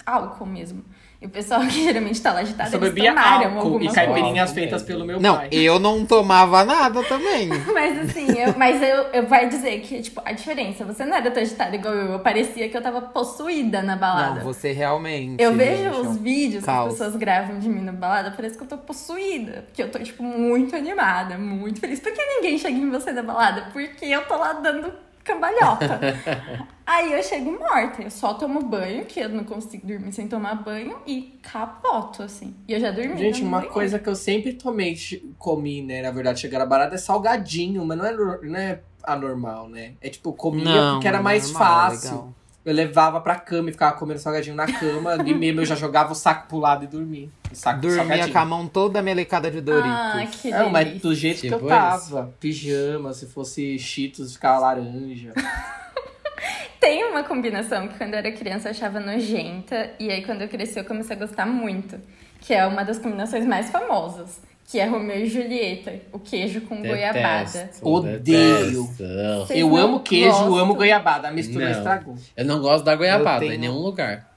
B: álcool mesmo. E o pessoal que geralmente tá lá agitado,
C: Eu só
B: eles
C: bebia
B: tomaram
C: álcool
B: alguma
C: e
B: coisa.
C: caipirinhas
D: coisa.
C: feitas pelo meu
A: Não,
C: pai.
A: eu não tomava nada também.
B: Mas assim, eu, mas eu, eu vai dizer que, tipo, a diferença, você não era tão agitada igual eu, eu parecia que eu tava possuída na balada.
A: Não, você realmente.
B: Eu vejo
A: gente, é um
B: os vídeos que
A: caos.
B: as pessoas gravam de mim na balada, parece que eu tô possuída. Porque eu tô, tipo, muito animada, muito feliz. Por que ninguém chega em você na balada? Porque eu tô lá dando cambalhota. Aí eu chego morta. Eu só tomo banho, que eu não consigo dormir sem tomar banho, e capoto, assim. E eu já dormi.
C: Gente,
B: eu não
C: uma
B: dormi.
C: coisa que eu sempre tomei, che- comi, né? Na verdade, chegar na barata é salgadinho, mas não é, nor- não é anormal, né? É tipo, comia
A: Não, é
C: porque era mais
A: normal,
C: fácil.
A: legal.
C: Eu levava pra cama e ficava comendo salgadinho na cama. e mesmo eu já jogava o saco pro lado e dormia. O saco do
A: Dormia
C: salgadinho.
A: com a mão toda melecada de Doritos.
B: Ah, que
A: É,
B: delícia.
C: Não, mas do jeito que
D: Tipo
C: eu tava. Pijama, se fosse Cheetos, ficava laranja.
B: Tem uma combinação que quando eu era criança eu achava nojenta, e aí quando eu cresci eu comecei a gostar muito, que é uma das combinações mais famosas, que é Romeu e Julieta, o queijo com goiabada.
D: Detesto,
C: Odeio.
D: detesto.
B: Vocês
C: eu
B: não
C: amo queijo,
B: gostam?
C: amo goiabada. A mistura
D: Não.
C: estragou.
D: Eu não gosto da goiabada
A: tenho-
D: em nenhum lugar.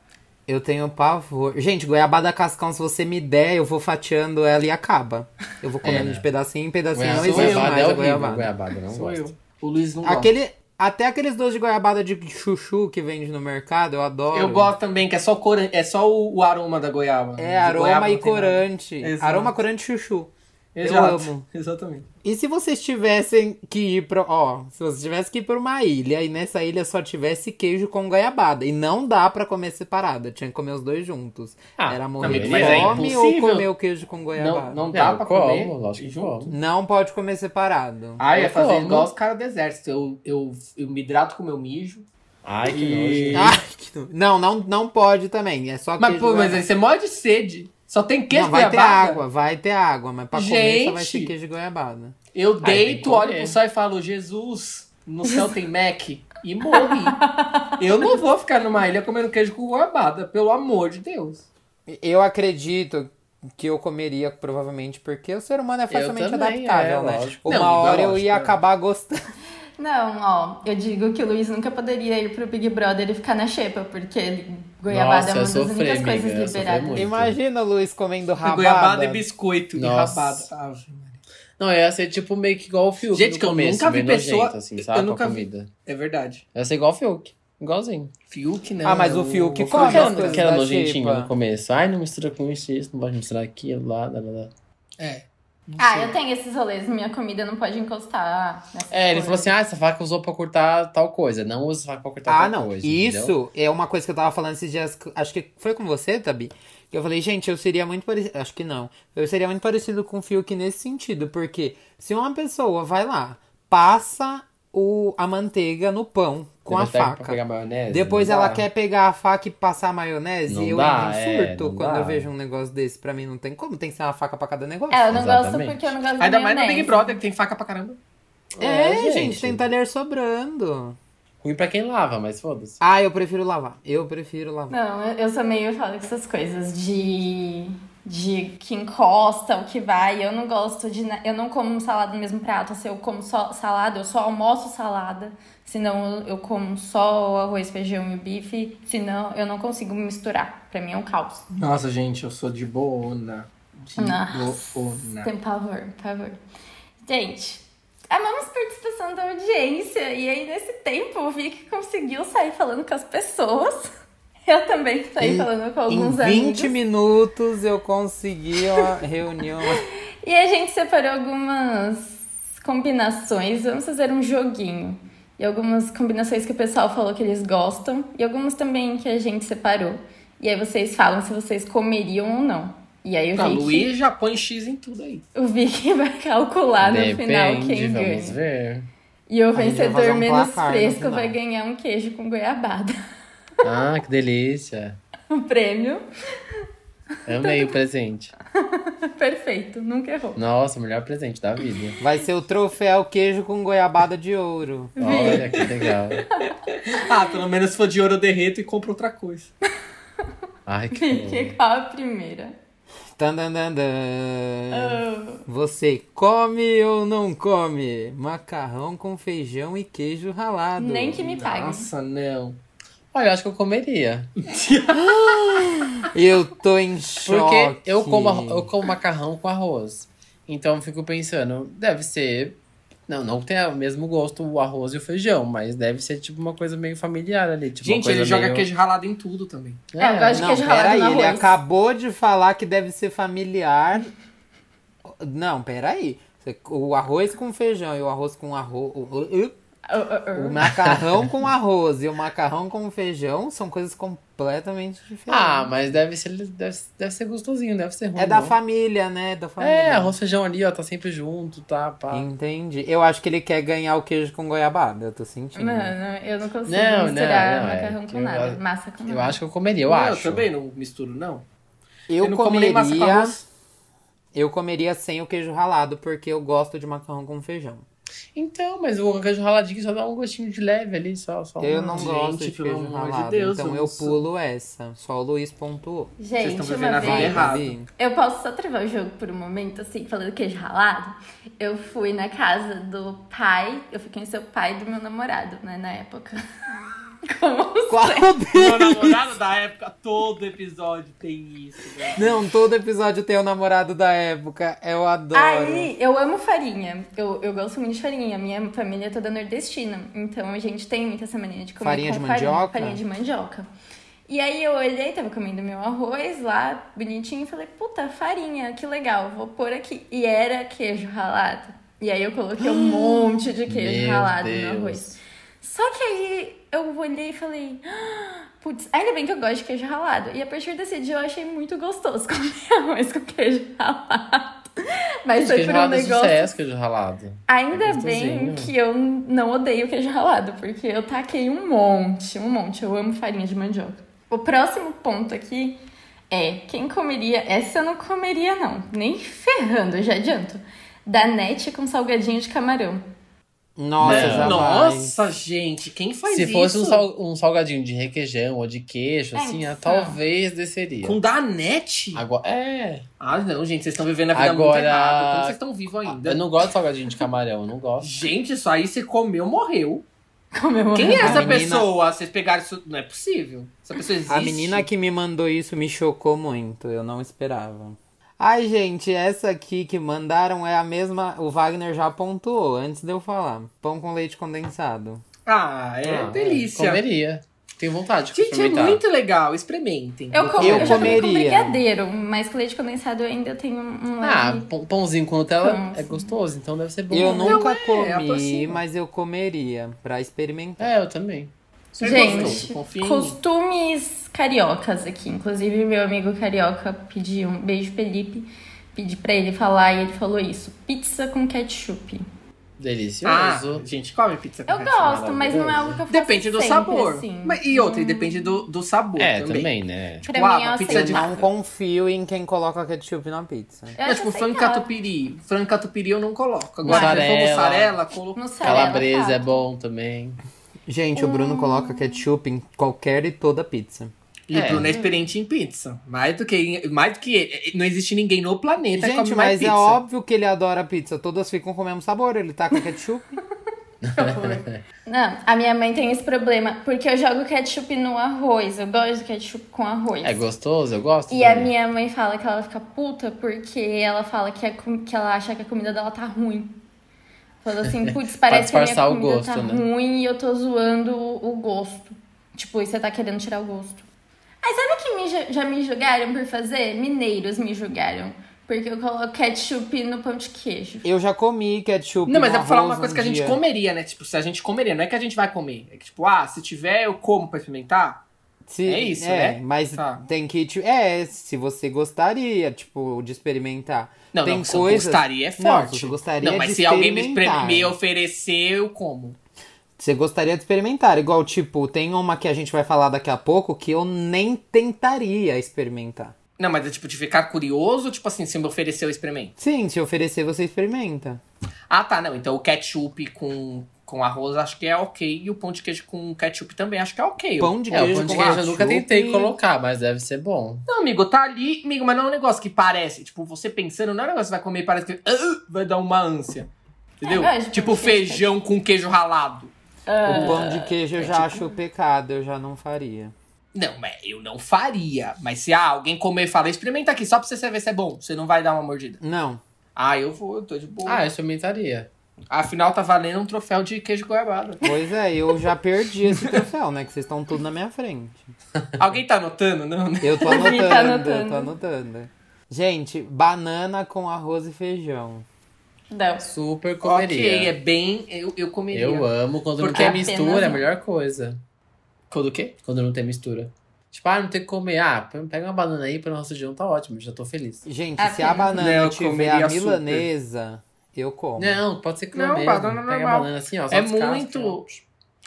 A: Eu tenho pavor. Gente, goiabada cascão, se você me der, eu vou fatiando ela e acaba. Eu vou comendo
D: É.
A: de pedacinho em pedacinho. Assim, Não
D: Goiabada,
A: existe mais
D: é
A: a
D: horrível. é Goiabada,
A: goiabada.
D: eu não
C: Sou
D: gosto.
C: eu. O Luiz não gosta.
A: Aquele, até aqueles doces de goiabada de chuchu que vende no mercado, eu adoro.
C: Eu gosto também, que é só, coran... é só o, o aroma da goiaba.
A: É
C: De
A: aroma
C: goiaba
A: e
C: não tem nada.
A: corante.
C: Exato.
A: Aroma, corante e chuchu.
C: Exato.
A: Eu amo.
C: Exatamente.
A: E se vocês tivessem que ir pra. Ó, se vocês tivessem que ir pra uma ilha e nessa ilha só tivesse queijo com goiabada. E não dá pra comer separada, tinha que comer os dois juntos.
D: Ah,
A: Era
C: amigo,
A: morrer de
D: mas é
A: fome ou
C: impossível.
A: comer o queijo com goiabada?
C: Não, não
D: É,
C: dá
D: eu
C: pra
D: como,
C: comer.
D: lógico que
C: junto.
D: como.
A: Não pode comer separado.
C: Ah, eu ia
D: Eu
C: fazer
D: como.
C: igual os caras do exército. Eu, eu, eu me hidrato com meu mijo.
D: Ai, que
C: E-
D: nojo.
A: Ai, que no- Não, não, não pode também. É só
C: Mas,
A: queijo
C: pô, mas
A: goiabada.
C: aí você morre de sede. Só tem queijo
A: não, vai ter
C: goiabada.
A: água, vai ter água, mas pra comer só vai
C: Gente!
A: ser queijo goiabada.
C: Eu
D: tem que
C: deito,
D: comer.
C: olho pro céu e falo, Jesus, no céu tem Mac. E morri. eu não vou ficar numa ilha comendo queijo com goiabada, pelo amor de Deus.
A: Eu acredito que eu comeria, provavelmente, porque o ser humano é facilmente
D: também,
A: adaptável,
D: é,
A: né?
D: lógico.
A: Uma
C: Não,
A: hora eu
C: lógico,
A: ia
C: é.
A: acabar gostando.
B: Não, ó, eu digo que o Luiz nunca poderia ir pro Big Brother e ficar na xepa, porque goiabada é
D: Nossa,
B: uma
D: eu
B: das
D: sofri,
B: únicas
D: amiga, eu
B: coisas
D: sofri
B: liberadas.
D: muito.
A: Imagina o Luiz comendo rabada. né?
C: Goiabada é e biscoito
D: Nossa.
C: e rabada. Ah, Ave Maria.
D: Não, ia ser tipo meio que igual o Fiuk.
C: Gente,
D: no
C: que eu
D: começo,
C: nunca vi
D: bem
C: pessoa-
D: nojento, assim,
C: eu
D: sabe? com a
C: nunca vi.
D: comida.
C: É verdade.
D: Ia ser igual o Fiuk. Igualzinho.
C: Fiuk, né?
A: Ah, mas o Fiuk come
D: Qual que
A: as
D: era,
A: coisas
D: que era
A: da
D: nojentinho
A: xepa.
D: no começo? Ai, não mistura com isso, isso, não pode misturar aquilo, lá, lá, lá, lá.
C: É. Não
B: Ah,
C: sei.
B: eu tenho esses rolês, minha comida não pode encostar. nessas
D: É, ele
B: coisas.
D: falou assim: ah, essa faca usou pra cortar tal coisa. Não usa essa faca pra cortar
A: Ah,
D: tal
A: não.
D: coisa.
A: Isso
D: entendeu?
A: é uma coisa que eu tava falando esses dias. Acho que foi com você, Tabi. Que eu falei, gente, eu seria muito parecido. Acho que não. Eu seria muito parecido com o Fiuk nesse sentido. Porque se uma pessoa vai lá, passa o, a manteiga no pão com
D: Depois
A: a
D: pega pra
A: faca.
D: pegar maionese,
A: Depois
D: não
A: ela
D: dá.
A: quer pegar a faca e passar a maionese.
D: Não
A: eu
D: dá,
A: entro em
D: é,
A: surto
D: não
A: quando
D: dá.
A: eu vejo um negócio desse. Pra mim não tem como. Tem que ser uma faca pra cada negócio.
B: É, eu não gosto
D: Exatamente.
B: porque eu não gosto de
C: Ainda mais no
B: maionese.
C: Big Brother, que tem faca pra caramba.
A: É,
D: É,
A: gente,
D: gente.
A: tem talher sobrando.
D: Ruim pra quem lava, mas foda-se.
A: Ah, eu prefiro lavar. Eu prefiro lavar.
B: Não, eu- eu sou meio foda com essas coisas de de que encosta, o que vai. Eu não gosto de. na- Eu não como salada no mesmo prato. Se eu como só salada, eu só almoço salada. Senão eu- eu como só o arroz, feijão e o bife. Senão eu não consigo misturar. Pra mim é um caos.
C: Nossa, gente, eu sou de boona. De
B: Nossa.
C: boona.
B: Tem pavor, pavor. Gente, amamos a participação da audiência. E aí, nesse tempo, o Vic conseguiu sair falando com as pessoas. Eu também saí
C: Em-
B: falando com
A: Em
B: alguns
A: 20
B: amigos.
A: minutos eu consegui uma reunião.
B: E a gente separou algumas combinações. Vamos fazer um joguinho. E algumas combinações que o pessoal falou que eles gostam. E algumas também que a gente separou. E aí vocês falam se vocês comeriam ou não. E aí o
C: Tá,
B: Vic,
C: Luiz já põe X em tudo aí.
B: o Vic vai
A: Ah,
B: calcular no final
D: Depende,
B: quem ganha.
D: vamos ver.
B: E o
A: gente vai fazer
B: vencedor
A: um
B: menos
A: placar no
B: fresco
A: final.
B: vai ganhar um queijo com goiabada.
D: Ah, que delícia.
B: O prêmio,
D: Amei o presente.
B: perfeito, nunca errou.
D: Nossa, o melhor presente da vida.
A: Vai ser o troféu queijo com goiabada de ouro.
D: Olha que legal.
C: Ah, pelo menos se for de ouro eu derreto e compro outra coisa.
D: Ai, que bom.
B: Vicky, qual a primeira?
A: Tandandandã.
B: Ah,
A: Você come ou não come? Macarrão com feijão e queijo ralado.
B: nem que me pague.
C: Nossa, não.
D: Olha, eu acho que eu comeria.
A: Eu tô em choque.
D: Porque eu como, arro- eu como macarrão com arroz. Então eu fico pensando, deve ser. Não, não tem o mesmo gosto o arroz e o feijão, mas deve ser tipo uma coisa meio familiar ali. Tipo, uma
C: Gente,
D: coisa
C: ele joga
D: meio...
C: queijo ralado em tudo também.
D: É,
B: É, eu gosto de
A: Não,
B: queijo ralado
A: peraí,
B: no
A: ele
B: arroz.
A: acabou de falar que deve ser familiar. Não, peraí. Você- O arroz com feijão e o arroz com arroz.
B: Ah, ah, ah.
A: O macarrão com arroz e o macarrão com feijão são coisas completamente diferentes.
D: Ah, mas deve ser, deve, deve ser gostosinho, deve ser ruim.
A: é da
D: não.
A: família, né? Da família.
D: É, arroz e feijão ali, ó, tá sempre junto, tá, pá.
A: Entendi. Eu acho que ele quer ganhar o queijo com goiabada, eu tô sentindo.
C: Né?
B: Mano, eu não consigo
D: Não, não,
B: misturar
D: não, é.
B: macarrão com
D: Eu
B: nada,
D: acho-
B: massa com
D: Eu
B: nada.
D: acho que eu comeria, eu
C: não,
D: acho.
C: Eu também não misturo, não.
A: Eu,
C: não como nem massa com
A: comeria.
C: arroz.
A: Eu comeria sem o queijo ralado, porque eu gosto de macarrão com feijão.
D: Então, mas o queijo raladinho só dá um gostinho de leve ali, só. só
A: Eu
D: um-
A: não
C: Gente,
A: gosto de
C: pelo
A: queijo
C: amor de
A: ralado,
C: Deus,
A: então
C: eu
A: eu
C: não sou-
A: pulo essa. Só o Luiz pontuou.
C: Vocês
B: Gente,
C: estão vivendo
B: uma
C: a vida
B: vez...
C: errada. errado.
A: Gabi.
B: Eu posso só travar o jogo por um momento, assim, falando queijo ralado? Eu fui na casa do pai, eu fiquei em seu pai do meu namorado, né, na época. Como
A: Qual
C: Meu
A: dele?
C: namorado da época, todo episódio tem isso. Né?
A: Não, todo episódio tem o namorado da época. Eu adoro.
B: Aí, eu amo farinha. Eu, eu gosto muito de farinha. Minha família é toda nordestina. Então a gente tem muita essa mania de comer
A: Farinha
B: com
A: de
B: farinha,
A: mandioca?
B: farinha de mandioca. E aí eu olhei, tava comendo meu arroz lá, bonitinho, e falei, puta, farinha, que legal, vou pôr aqui. E era queijo ralado. E aí eu coloquei um monte de queijo
D: Meu
B: ralado no
D: Deus.
B: arroz. Só que aí eu olhei e falei, "Ah, putz, ainda bem que eu gosto de queijo ralado. E a partir desse dia eu achei muito gostoso comer arroz com queijo ralado. Mas foi
D: Queijo
B: por um
D: ralado é
B: negócio.
D: sucesso, queijo ralado.
B: Ainda
D: É
B: bem
D: gostosinho.
B: que eu não odeio queijo ralado, porque eu taquei um monte, um monte. Eu amo farinha de mandioca. O próximo ponto aqui é quem comeria. Essa eu não comeria, não. Nem ferrando, eu já adianto. Danete com salgadinho de camarão.
A: Nossa,
D: Não.
A: já vai.
C: Né? Nossa, gente, quem faz
D: Se
C: isso?
D: fosse um, sal- um salgadinho de requeijão ou de queijo,
B: É,
D: assim, ah,
B: então.
D: talvez desceria.
C: Com Danete?
D: Agora, é.
C: Ah, não, gente, vocês estão vivendo a vida
D: Agora-
C: muito errada. Como vocês estão vivos ainda?
D: Eu não gosto de salgadinho de camarão, eu não gosto.
C: Ah, Gente, isso aí você comeu, morreu.
B: Comeu
C: Quem é essa
A: A menina-
C: pessoa? Vocês pegaram isso. Não é possível. Essa pessoa existe.
A: A menina que me mandou isso me chocou muito. Eu não esperava. Ai, gente, essa aqui que mandaram é a mesma. O Wagner já pontuou antes de eu falar. Pão com leite condensado.
C: Ah, é
D: Ah,
C: delícia.
D: Comeria. Tenho vontade
A: Tipo,
D: de
C: Gente, é
D: experimentar.
C: muito legal. Experimentem.
B: Eu, com...
A: Eu
B: eu, já comi com
A: comeria.
B: brigadeiro, mas com leite condensado eu ainda tenho um
D: Ah,
B: leve-
D: pão- pãozinho com Nutella
B: Nossa.
D: é gostoso, então deve ser bom.
A: Eu
D: né?
A: nunca
C: é, aproxima.
A: comi, mas eu comeria pra experimentar.
D: É, eu também.
C: Você
B: Gente,
C: gostou? Confia em mim.
B: costumes cariocas aqui. Inclusive, meu amigo carioca pediu um beijo, Felipe. Pedi pra ele falar e ele falou isso: pizza com ketchup.
C: Ah,
D: Delicioso.
C: gente, come pizza com
B: Eu
C: ketchup,
B: gosto, mas não é algo que eu faço.
C: Depende do
B: sempre,
C: sabor.
B: assim.
C: Mas- e outra, e depende do, do sabor
D: é,
C: também.
D: também, né?
B: Pra
C: Uau,
B: mim é
C: uma pizza de-
A: Eu
B: aceitável.
A: não confio em quem coloca ketchup na pizza.
B: Eu
C: É
B: acho assim,
C: tipo, frango
B: aceitável.
C: catupiry. Frango catupiry eu não coloco. Agora, se eu for
D: Mussarela.
C: mussarela, coloco.
B: Mussarela,
D: Calabresa é
B: fato.
D: bom também.
C: Hum.
A: Gente, o Bruno coloca ketchup em qualquer e toda pizza.
C: Ele
D: É.
C: Bruno é experiente em pizza. Mais do que. Mais do que ele. Não existe ninguém no planeta que
A: Gente,
C: come mais
A: mas é
C: tá pizza.
A: óbvio que ele adora pizza. Todas ficam com o mesmo sabor. Ele tá com ketchup.
B: Não, a minha mãe tem esse problema, porque eu jogo ketchup no arroz. Eu gosto de ketchup com arroz.
D: É gostoso, eu gosto.
B: E a
D: também.
B: minha mãe fala que ela fica puta porque ela fala que, a com- que ela acha que a comida dela tá ruim. Falou assim, putz, parece que a minha
D: disfarçar o
B: comida
D: gosto,
B: tá
D: né?
B: ruim e eu tô zoando o, o gosto. Tipo, e você tá querendo tirar o gosto. Aí sabe que me ju- já me julgaram por fazer? Mineiros me julgaram. Porque eu coloco ketchup no pão de queijo.
A: Eu já comi ketchup.
C: Não, mas
A: no
C: é pra falar
A: arroz
C: uma coisa
A: um
C: que a gente
A: dia.
C: comeria, né? Tipo, se a gente comeria, não é que a gente vai comer. É que, tipo, ah, se tiver, eu como pra experimentar.
A: Se-
C: É isso,
A: é,
C: né?
A: Mas
C: Tá.
A: tem que. tipo, É, se você gostaria, tipo, de experimentar.
C: Não,
A: tem
C: não, se eu
A: coisas.
C: gostaria é
A: Não,
C: forte.
A: se eu gostaria
C: mas
A: de
C: se alguém me, expre-
A: experimentar.
C: me oferecer, eu como.
A: Você gostaria de experimentar. Igual, tipo, tem uma que a gente vai falar daqui a pouco que eu nem tentaria experimentar.
C: Não, mas é tipo, de ficar curioso, tipo assim, se me oferecer, eu experimento.
A: Sim, se oferecer, você experimenta.
C: Ah, tá, não. Então o ketchup com, com arroz acho que é ok. E o pão de queijo com ketchup também acho que é ok.
A: Pão de
D: É, o
A: queijo
D: pão de
A: com
D: queijo eu nunca
A: ketchup.
D: tentei colocar, mas deve ser bom.
C: Não, amigo, tá ali, amigo, mas não é um negócio que parece. Tipo, você pensando, não é um negócio que vai comer e parece que "Ah", vai dar uma ânsia. Entendeu?
B: É, eu gosto de
C: tipo,
B: pão de queijo,
C: feijão com queijo ralado. Ah,
A: O pão
C: é
A: de queijo eu
C: tipo
A: já acho pecado, eu já não faria.
C: Não, mas eu não faria. Mas se ah, alguém comer e falar, experimenta aqui, só pra você ver se é bom. Você não vai dar uma mordida.
A: Não.
C: Ah, eu vou, eu tô de boa.
D: Ah, eu experimentaria.
C: Afinal, tá valendo um troféu de queijo goiabada.
A: Pois é, eu já perdi esse troféu, né? Que vocês estão tudo na minha frente.
C: alguém tá anotando? Não, né?
A: Eu tô
B: Ele
A: anotando,
B: tá
A: eu tô anotando. Gente, banana com arroz e feijão.
B: Não.
D: Super comeria.
C: Ok, é bem. Eu, eu comeria.
D: Eu amo quando
C: Porque
D: não
B: é
D: tem mistura,
B: apenas
D: é a
B: um.
D: melhor coisa.
C: Quando o quê?
D: Quando não tem mistura. Tipo, ah, não tem que comer. Ah, pega uma banana aí, para nosso feijão tá ótimo, já tô feliz.
A: Gente,
B: Ah,
A: se a
B: sim.
A: banana
C: Não, eu
A: tiver
C: comeria
A: a milanesa, eu como.
D: Não, pode ser que
C: Não,
D: não, mesmo.
C: banana
D: Pega
C: normal.
D: a banana assim, ó. só
C: É
D: descasca,
C: muito-
D: ó.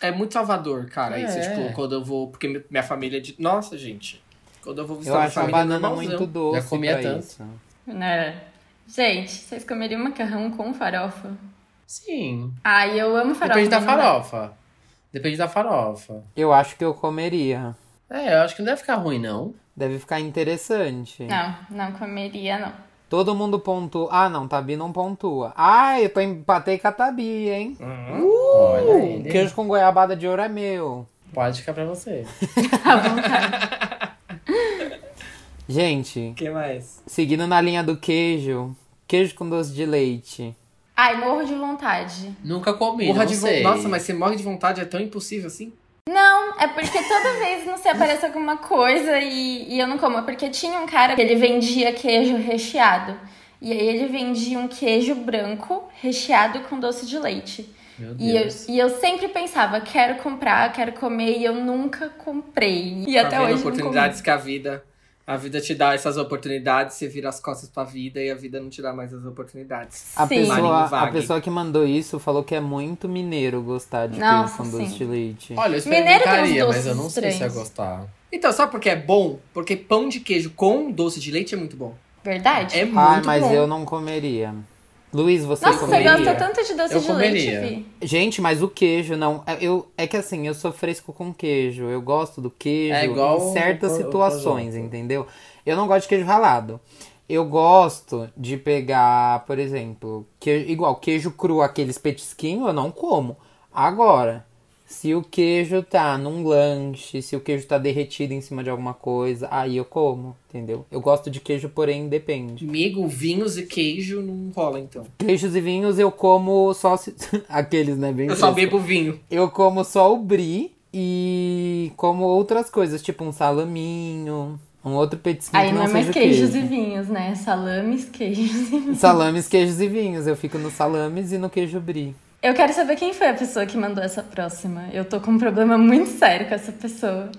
C: É muito salvador, cara. Isso,
D: É.
C: tipo, quando eu vou. Porque mi- minha família é de. Nossa, gente. Quando eu vou visitar
A: Eu
C: minha
A: acho a
C: família. é
A: banana
C: normalzão.
A: muito doce
D: Já comia
A: pra
D: tanto.
A: isso.
B: Né? Gente, vocês comeriam macarrão com farofa?
D: Sim.
B: Ai, eu amo farofa.
D: Depende da
C: né?
B: mas não dá.
D: farofa. Depende da farofa.
A: Eu acho que eu comeria.
D: É, eu acho que não deve ficar ruim, não.
A: Deve ficar interessante.
B: Não, não comeria, não.
A: Todo mundo pontua. Ah, não, Tabi não pontua. Ah, eu tô empatei com a Tabi, hein?
C: Uh,
D: Olha
A: O
D: ele.
A: queijo com goiabada de ouro é meu.
D: Pode ficar pra você.
A: Gente,
C: O que mais?
A: seguindo na linha do queijo, queijo com doce de leite.
B: Ai, morro de vontade.
D: Nunca comi,
C: Morra
D: não
C: de vo-
D: sei.
C: Nossa, mas você morre de vontade, é tão impossível assim?
B: Não, é porque toda vez não se aparece alguma coisa e, e eu não como. É porque tinha um cara que ele vendia queijo recheado. E aí ele vendia um queijo branco recheado com doce de leite.
D: Meu
B: E eu,
D: Deus.
B: e eu sempre pensava, quero comprar, quero comer, e eu nunca comprei. E até
C: tá vendo
B: hoje não comi.
C: oportunidades que a vida. A vida te dá essas oportunidades, você vira as costas pra vida e a vida não te dá mais as oportunidades.
A: A
B: Sim.
A: pessoa,
C: Marinho
A: a
C: Vague.
A: pessoa que mandou isso falou que é muito mineiro gostar de
B: Nossa,
A: queijo com doce
B: sim.
A: de leite.
D: Olha,
B: Mineiro
D: eu
B: tem uns
D: experimentaria, mas eu
B: doces
D: não sei se ia
B: estranhos.
D: gostar.
C: Então, sabe por que é bom? Porque pão de queijo com doce de leite é muito bom.
B: Verdade?
C: É
A: Ah,
C: muito
A: mas
C: bom.
A: eu não comeria. Luiz, você
B: Nossa, você
A: comeria?
B: gosta tanto de doce
D: Eu
B: de
D: comeria.
B: leite, Vi.
A: Gente, mas o queijo não. é- Eu, é que assim, eu sou fresco com queijo. Eu gosto do queijo
D: É igual
A: em certas
D: o- o
A: situações,
D: projeto.
A: entendeu? Eu não gosto de queijo ralado. Eu gosto de pegar, por exemplo, que, igual queijo cru, aqueles petisquinhos, eu não como. Agora, se o queijo tá num lanche, se o queijo tá derretido em cima de alguma coisa, aí eu como, entendeu? Eu gosto de queijo, porém depende.
C: Amigo, vinhos e queijo não rola, então.
A: Queijos e vinhos eu como só se... aqueles, né? Bem
C: Eu só
A: frescos.
C: bebo vinho.
A: Eu como só o brie e como outras coisas, tipo um salaminho, um outro petisquinho
B: Aí
A: que
B: não
A: não,
B: é mais
A: seja
B: queijos e
A: queijo.
B: vinhos, né? Salames, queijos e vinhos.
A: Salames, queijos e vinhos. Eu fico no salames e no queijo brie.
B: Eu quero saber quem foi a pessoa que mandou essa próxima. Eu tô com um problema muito sério com essa pessoa.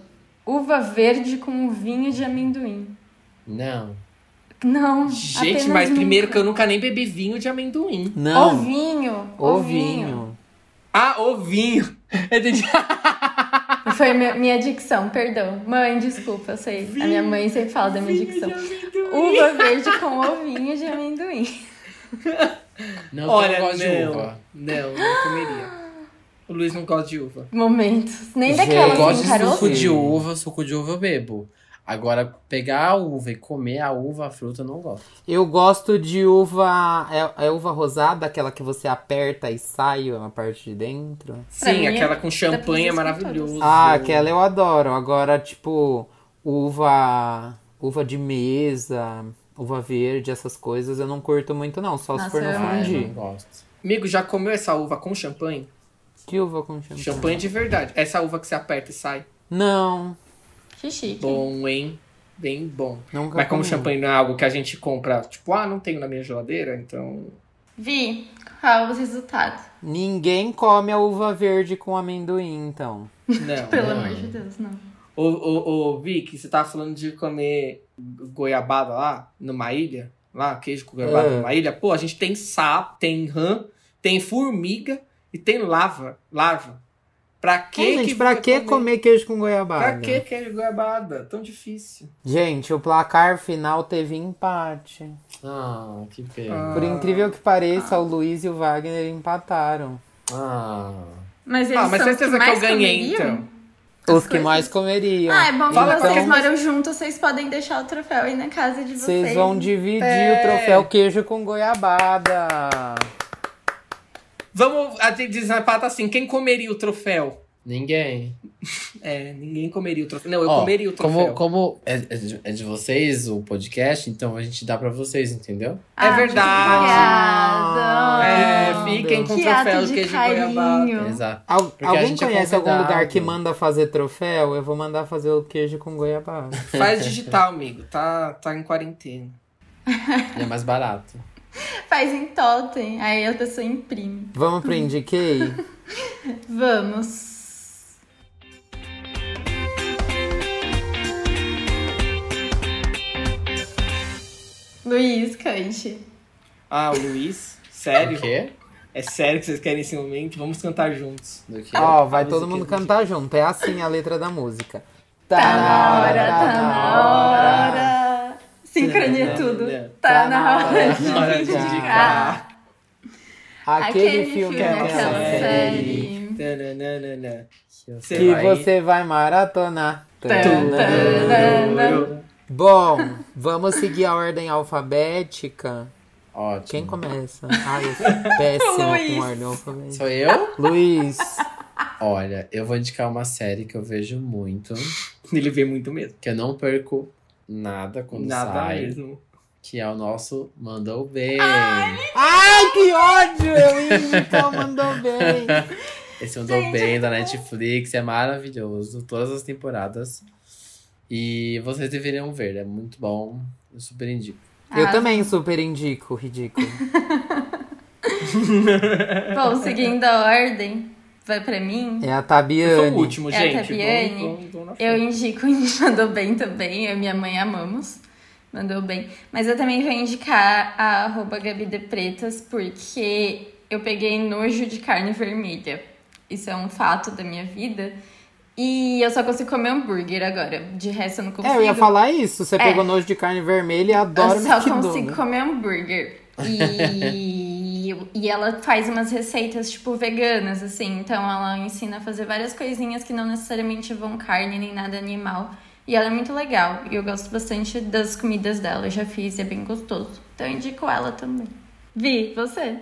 B: Uva verde com vinho de amendoim.
D: Não.
B: Não,
C: Gente,
B: apenas um
C: mas
B: nunca.
C: primeiro que eu nunca nem bebi vinho de amendoim.
A: Não,
B: Ovinho, ovinho.
A: ovinho.
C: Ah, o vinho. Eu entendi.
B: Foi minha, minha dicção, perdão. Mãe, desculpa, eu sei. a minha mãe sempre fala da minha dicção. Uva verde com ovinho de amendoim.
D: Não, porque eu
C: Olha,
D: não gosto de
C: não.
D: uva.
C: Não, não comeria. O Luiz não gosta de uva.
B: Momentos. Nem
A: Gente,
D: Eu
B: daquelas
D: gosto
B: sem
D: de
B: caroço.
D: suco de
A: Sim.
D: uva, suco de uva eu bebo. Agora, pegar a uva e comer a uva, a fruta, eu não gosto.
A: Eu gosto de uva. É, é uva rosada, aquela que você aperta e sai a parte de dentro.
B: Pra
C: Sim,
B: mim,
C: aquela com champanhe é
B: pros
C: maravilhoso.
A: Ah, aquela eu adoro. Agora, tipo, uva. Uva de mesa, uva verde, essas coisas eu não curto muito, não. Só
B: Nossa,
A: se for no
B: eu-
D: Ah, eu
A: fundi.
D: não gosto.
C: Amigo, já comeu essa uva com champanhe?
A: Que uva com champanhe?
C: Champanhe de verdade. Essa uva que você aperta e sai.
A: Não,
B: Que chique.
C: Bom, hein? Bem bom.
A: nunca.
C: Mas como
A: comi.
C: champanhe não é algo que a gente compra, tipo, ah, não tenho na minha geladeira, então.
B: Vi, qual é o resultado?
A: Ninguém come a uva verde com amendoim, então.
C: Não. né?
B: Pelo
D: Não.
B: amor de Deus, não.
C: Ô, ô, ô, Vic, você tava falando de comer goiabada lá, numa ilha, lá, queijo com goiabada
A: É.
C: numa ilha. Pô, a gente tem sapo, tem rã, tem formiga e tem lava, larva. Pra
B: É,
C: que
A: Que, gente,
C: que
A: pra
C: vai
A: que comer queijo com goiabada?
C: Pra que queijo com goiabada? Tão difícil.
A: Gente, o placar final teve empate.
D: Ah, que pena.
C: Ah.
A: Por incrível que pareça, o Luiz e o Wagner empataram.
D: Ah.
B: Mas eles
C: ah, mas
B: são os
C: certeza que,
B: mais
C: eu ganhei,
B: comeriam?
C: então.
A: Os que
B: coisas-
A: mais comeriam.
B: Ah, é bom que
C: Fala
B: vocês
C: então.
B: moram juntos, vocês podem deixar o troféu aí na casa de vocês.
A: Vocês vão dividir
C: É.
A: o troféu queijo com goiabada.
C: Vamos, a gente diz na pata assim, quem comeria o troféu?
D: Ninguém.
C: É, ninguém comeria o troféu. Não, eu
D: Ó,
C: comeria o
D: Como,
C: troféu.
D: como é, é de, é de vocês o podcast, então a gente dá pra vocês, entendeu?
B: Ah,
C: É verdade.
B: Obrigada.
C: É, fiquem com o
B: que
C: troféu
B: ato
C: de
B: Ah, de
C: queijo de goiabada.
B: carinho.
D: Exato.
A: Al-
D: a
A: alguém
D: gente é
A: conhece algum
D: convidado.
A: lugar que manda fazer troféu? Eu vou mandar fazer o queijo com goiabada.
C: Faz digital, amigo. Tá, tá em quarentena.
D: E É mais barato.
B: Faz em totem, aí a pessoa imprime.
A: Vamos pro Indiquei?
B: Vamos. Luiz, cante.
C: Ah, o Luiz?
D: Do
C: Sério?
D: quê?
C: É sério que vocês querem esse momento? Vamos cantar juntos.
D: Do quê?
A: Ó, vai
C: A
A: todo
C: música
A: mundo
C: que a gente-
A: cantar junto. É assim a letra da música.
B: Tá na hora, tá na hora. Sincronia tudo. ah, Tá na hora de
C: hora de
B: indicar.
C: indicar.
A: Aquele, filme,
C: filme,
A: aquela
C: aquela
A: série
B: é série.
C: Tananana. Você
A: que
C: vai-
A: você vai maratonar.
B: Tan, tan,
C: Tururu.
A: Bom, vamos seguir a ordem alfabética.
D: Ótimo.
A: Quem começa? Ai, eu sou péssima
B: Luiz.
A: com ordem alfabética.
D: Sou eu?
A: Luiz,
D: Olha, eu vou indicar uma série que eu vejo muito,
C: Ele vê muito mesmo.
D: que eu não perco nada quando
C: Nada
D: sai,
C: mesmo.
D: que é o nosso Mandou Bem.
A: Ai, que ódio! Eu ia indicar, mandou bem.
D: Esse Mandou
B: Gente,
D: Bem da Netflix é maravilhoso, todas as temporadas. E vocês deveriam ver, é muito bom. Eu super indico.
A: Eu
B: Ah,
A: também super indico, ridículo.
B: Bom, seguindo a ordem, vai pra mim.
A: É a
C: Eu sou
A: Tabiane.
C: o último,
B: É,
C: gente.
B: Tabiane.
C: Vamos- vamos- vamos na
B: Eu
C: frente.
B: indico Mandou Bem também, eu e minha mãe amamos. Mandou bem. Mas eu também vou indicar a arroba Gabi de Pretas, porque eu peguei nojo de carne vermelha. Isso é um fato da minha vida. E eu só consigo comer hambúrguer agora. De resto, eu não consigo.
A: É, eu ia falar isso. Você
B: É.
A: pegou nojo de carne vermelha e adora
D: Assim
B: Eu só
A: McDonald's.
B: consigo comer hambúrguer. E, e ela faz umas receitas, tipo, veganas, assim. Então ela ensina a fazer várias coisinhas que não necessariamente vão carne nem nada animal. E ela é muito legal. E eu gosto bastante das comidas dela. Eu já fiz e é bem gostoso. Então eu indico ela também. Vi, você?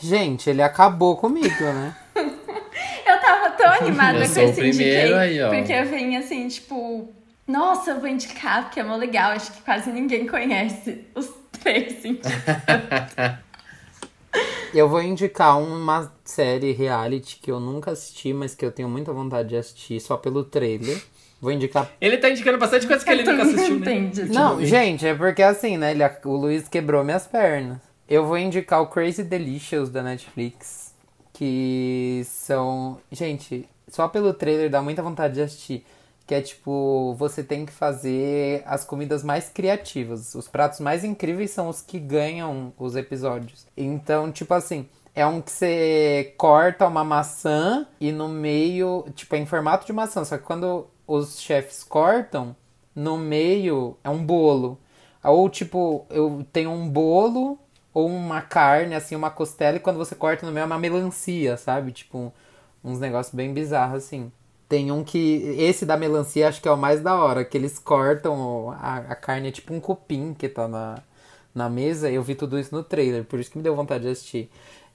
A: Gente, ele acabou comigo, né?
B: Eu tava tão animada
D: Eu
B: com
D: sou o
B: esse indiquei.
D: primeiro aí, ó.
B: Porque eu vim assim, tipo, nossa, eu vou indicar, porque é mó legal. Acho que quase ninguém conhece os três indicados.
A: Eu vou indicar uma série reality que eu nunca assisti, mas que eu tenho muita vontade de assistir só pelo trailer. Vou indicar.
C: Ele tá indicando bastante coisa que ele
B: Todo
C: nunca
B: mundo
C: assistiu, né?
B: entende.
A: Não, gente, é porque assim, né? ele- o Luiz quebrou minhas pernas. Eu vou indicar o Crazy Delicious da Netflix, que são. Gente, só pelo trailer dá muita vontade de assistir. Que é tipo, você tem que fazer as comidas mais criativas. Os pratos mais incríveis são os que ganham os episódios. Então, tipo assim, é um que você corta uma maçã e no meio. Tipo, é em formato de maçã. Só que quando os chefes cortam, no meio é um bolo. Ou tipo, eu tenho um bolo ou uma carne, assim, uma costela, e quando você corta no meio é uma melancia, sabe? Tipo, uns negócios bem bizarros, assim. Tem um que. Esse da melancia acho que é o mais da hora, que eles cortam o- a, a carne, é tipo um cupim que tá na, na mesa. Eu vi tudo isso no trailer, por isso que me deu vontade de assistir.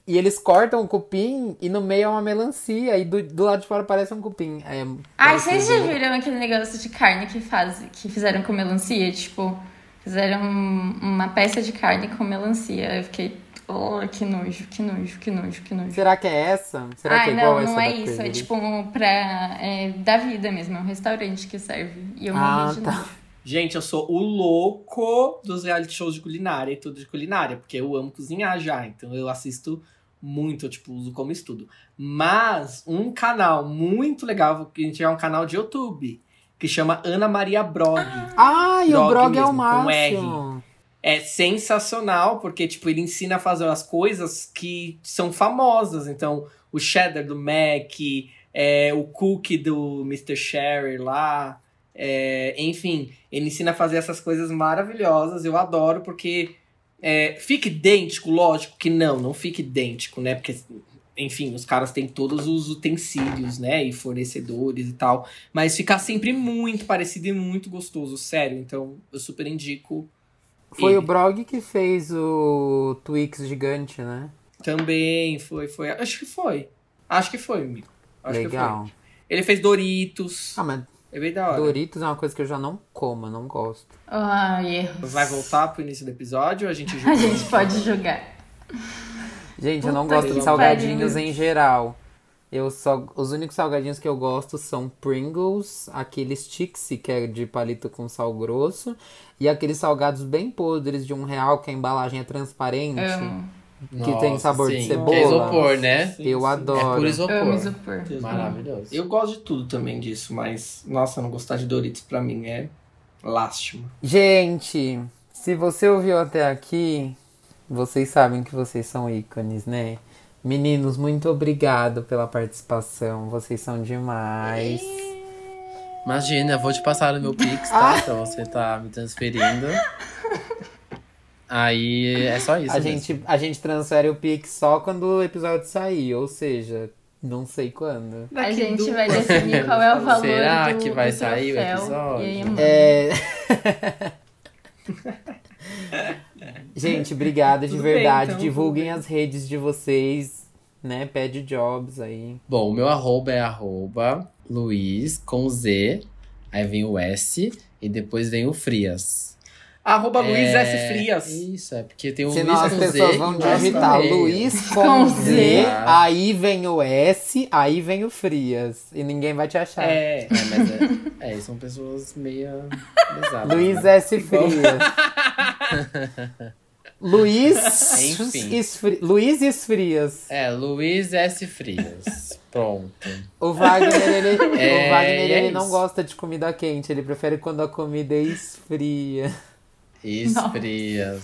A: E eles cortam o cupim e no meio é uma melancia, e do, do lado de fora parece um cupim. É,
B: Ai,
A: parece
B: vocês já
A: bem-
B: viram aquele negócio de carne que, faz, que fizeram com melancia? Tipo, fizeram um- uma peça de carne com melancia. Eu fiquei, oh, que nojo, que nojo, que nojo, que nojo.
A: Será que é essa? Será que
B: Ai,
A: é igual
B: não,
A: essa
B: não
A: da
B: é isso. É
A: Curly?
B: tipo um pra. É, da vida mesmo, é um restaurante que serve. E eu
A: Ah,
B: morri de
A: tá.
B: nojo.
C: Gente, eu sou o louco dos reality shows de culinária e tudo de culinária, porque eu amo cozinhar já, então eu assisto muito, eu, tipo, uso como estudo. Mas um canal muito legal, que a gente é um canal de YouTube, que chama Ana Maria Brog.
A: Ah, e o
C: Brog
A: Brog é o
C: mesmo, com um R.
A: máximo.
C: É sensacional, porque, tipo, ele ensina a fazer as coisas que são famosas. Então, o cheddar do Mac, é, o cookie do Mr. Sherry lá. é, enfim, ele ensina a fazer essas coisas maravilhosas. Eu adoro, porque é, fica idêntico, lógico que não, não fica idêntico, né? Porque, enfim, os caras têm todos os utensílios, né? E fornecedores e tal. Mas fica sempre muito parecido e muito gostoso, sério. Então, eu super indico.
A: Foi
C: Ele.
A: o Brog que fez o Twix gigante, né?
C: Também foi, foi. Acho que foi. Acho que foi, amigo. Acho
A: Legal.
C: que foi. Ele fez Doritos.
A: Ah, mas
C: É bem da hora.
A: Doritos é uma coisa que eu já não como, eu não gosto.
B: Ai, erros.
C: Vai voltar pro início do episódio? A gente
B: A
C: julga.
B: gente pode jogar.
A: Gente, eu não
B: Puta
A: gosto
C: que
A: de salgadinhos
B: pariu.
A: em geral. Eu só os únicos salgadinhos que eu gosto são Pringles, aqueles Tixi que é de palito com sal grosso, e aqueles salgados bem podres de um real que a embalagem é transparente.
B: Amo,
A: Que tem sabor de
D: sim.
A: cebola.
D: Que é isopor, né?
C: Sim,
A: Eu
C: sim.
D: É
A: adoro.
D: puro
B: amo
D: isopor.
B: isopor.
C: Deus me livre.
D: Maravilhoso.
C: Eu gosto de tudo também disso, mas nossa, não gostar de Doritos pra mim é lástima.
A: Gente, se você ouviu até aqui, vocês sabem que vocês são ícones, né? Meninos, muito obrigado pela participação. Vocês são demais.
D: Imagina, eu vou te passar o meu Pix,
A: Ah.
D: tá? Pra você tá me transferindo. Aí é só isso.
A: a,
D: mesmo.
A: gente, a gente transfere o Pix só quando o episódio sair, ou seja, não sei quando.
B: A
C: Daqui
B: gente
C: duas
B: vai definir qual é o valor
D: Será
B: do,
D: que vai
B: do
D: sair o
B: troféu.
D: episódio?
B: E aí, mano,
A: É. gente, obrigado de
C: Tudo bem,
A: verdade.
C: então,
A: Divulguem
C: tudo bem.
A: as redes de vocês, né? Pede jobs aí.
D: Bom, o meu arroba é arroba Luiz com Z. Aí vem o S e depois vem o Frias.
C: Arroba Luiz
D: É,
C: S. Frias.
D: Isso, é porque tem o
A: Senão
D: Luiz
A: as
D: com Z.
A: pessoas vão
D: e o S no
A: digitar
D: meio.
A: Luiz com Z,
D: Z.
A: aí vem o S, aí vem o Frias. E ninguém vai te achar.
C: É.
D: É, mas é, é, são pessoas meio pesadas.
A: Luiz
D: né?
A: S. Frias. Luiz,
D: Enfim.
A: Esfri... Luiz Esfrias.
D: É, Luiz S. Frias. Pronto.
A: O Wagner, ele,
D: É,
A: o Wagner,
D: e é
A: ele não
D: isso.
A: gosta de comida quente. Ele prefere quando a comida é esfria.
D: Esfrias.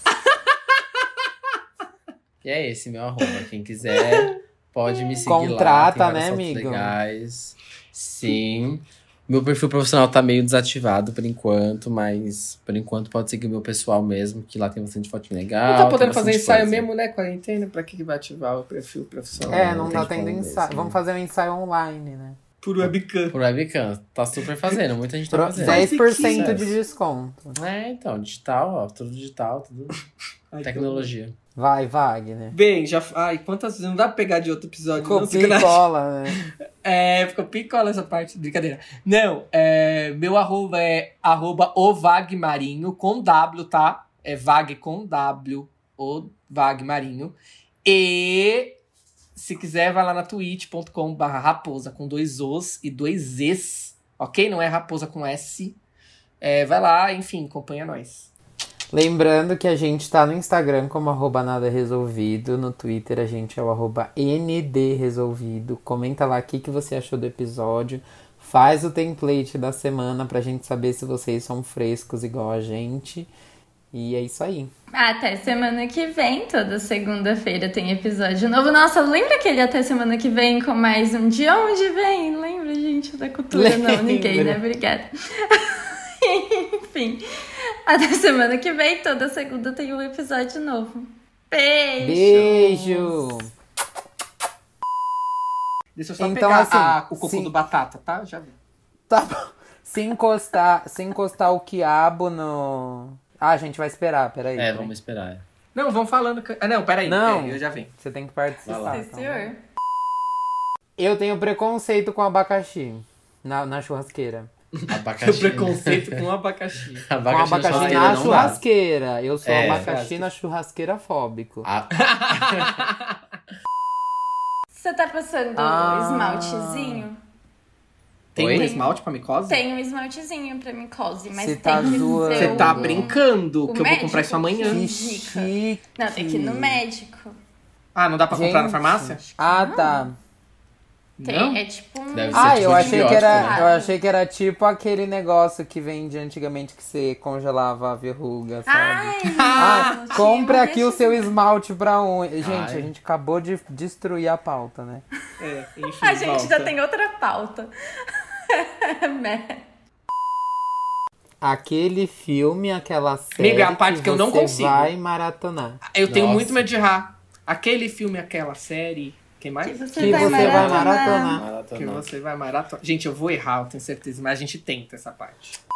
D: E é esse meu arroba. Quem quiser pode me seguir
A: Contrata,
D: lá. Tem várias
A: né,
D: fotos
A: amigo?
D: Legais. Sim. Meu perfil profissional tá meio desativado por enquanto, mas por enquanto pode seguir o meu pessoal mesmo, que lá tem bastante fotinho legal.
A: Ah,
C: Não tá podendo
D: tem
C: fazer
D: bastante
C: ensaio
D: coisa.
C: mesmo, né? Quarentena, pra que que vai ativar o perfil profissional?
A: É, não
D: não
A: tá
D: tem
A: tendo
D: como ver,
A: ensaio.
D: sim.
A: Vamos fazer um ensaio online, né?
C: Por webcam.
D: Por webcam. Tá super fazendo, muita gente tá
A: Pro-
D: fazendo.
C: Dez-
A: 10% de
D: Sucesso.
A: desconto.
D: É, então, digital, ó. Tudo digital, tudo.
C: Ai,
D: Tecnologia.
A: Vai, Wagner.
C: Bem, já. Ai, quantas vezes? Não dá pra pegar de outro episódio. não,
A: Copia e
C: sacanagem.
A: cola, né?
C: É, ficou picola essa parte, brincadeira. Não, é, meu arroba é arroba o Marinho com W, tá? É Vag com W, o Vag Marinho. E se quiser, vai lá na twitch.com barra raposa com dois Os e dois Es, ok? Não é raposa com S. É, vai lá, enfim, acompanha nós.
A: Lembrando que a gente tá no Instagram como arroba nada resolvido, no Twitter a gente é o arroba ndresolvido. Comenta lá o que, que você achou do episódio. Faz o template da semana pra gente saber se vocês são frescos igual a gente. E é isso aí.
B: Até semana que vem, toda segunda-feira tem episódio novo. Nossa, lembra aquele até semana que vem com mais um De Onde Vem? Lembra, gente, da cultura? Não, ninguém, né?
A: Lembra.
B: Obrigada. Enfim, até semana que vem, toda segunda tem um episódio novo. Beijo!
A: Beijo!
C: Deixa eu só
A: Então,
C: pegar
A: assim,
C: a- o cocô
A: sim.
C: do batata, tá? Já vi.
A: Tá bom. Se encostar, se encostar o quiabo no. Ah, a gente vai esperar, peraí.
D: É, vamos esperar.
C: Não, vão falando. que- Ah, não, peraí.
A: Não.
C: É, eu já venho.
A: Você tem que participar.
D: Vai lá.
A: então.
B: senhor.
A: Eu tenho preconceito com abacaxi na, na churrasqueira.
D: Abacaxi.
C: O preconceito com abacaxi.
D: Abacaxi,
A: com abacaxi
D: churrasqueira
A: na
D: não dá.
A: churrasqueira. Eu sou
D: É.
A: abacaxi na churrasqueira fóbico.
D: A-
B: Você tá passando
A: Ah.
B: esmaltezinho?
C: Tem
D: Oi?
C: um esmalte pra micose?
B: Tem um esmaltezinho pra micose, mas
A: Você
B: tem
A: tá
B: que um dizer
A: zoando.
C: Você tá
B: o-
C: brincando
B: o
C: que eu vou comprar isso
B: médico
C: amanhã.
A: que
B: dica.
A: chique.
B: Não, tem que ir no médico.
C: Ah, não dá pra comprar na
A: Gente.
C: farmácia?
A: Ah, tá.
B: Tem,
C: Não?
B: é tipo um...
D: Deve ser
A: Ah,
D: tipo
A: eu achei que
D: antibiótico,
A: era,
B: né?
A: eu achei que era tipo aquele negócio que vende antigamente que você congelava a verruga, sabe?
B: Ai,
A: Ah,
B: gente,
A: compre
B: não
A: aqui o
B: deixa-
A: seu esmalte pra unha. Gente,
D: Ai.
A: a gente acabou de destruir a pauta, né?
C: É, enfim.
B: A gente
C: volta.
B: já tem outra pauta. Né?
A: Aquele filme, aquela série
C: Amiga, a parte que eu não
A: você
C: consigo.
A: vai maratonar.
C: Eu tenho
D: Nossa.
C: muito medo de errar. Aquele filme, aquela série.
B: que
C: Quem mais?
B: você,
A: que
B: vai,
A: você
B: maratonar.
A: vai maratonar.
D: Maratona.
C: Que você vai maratonar. Gente, eu vou errar, eu tenho certeza, mas a gente tenta essa parte.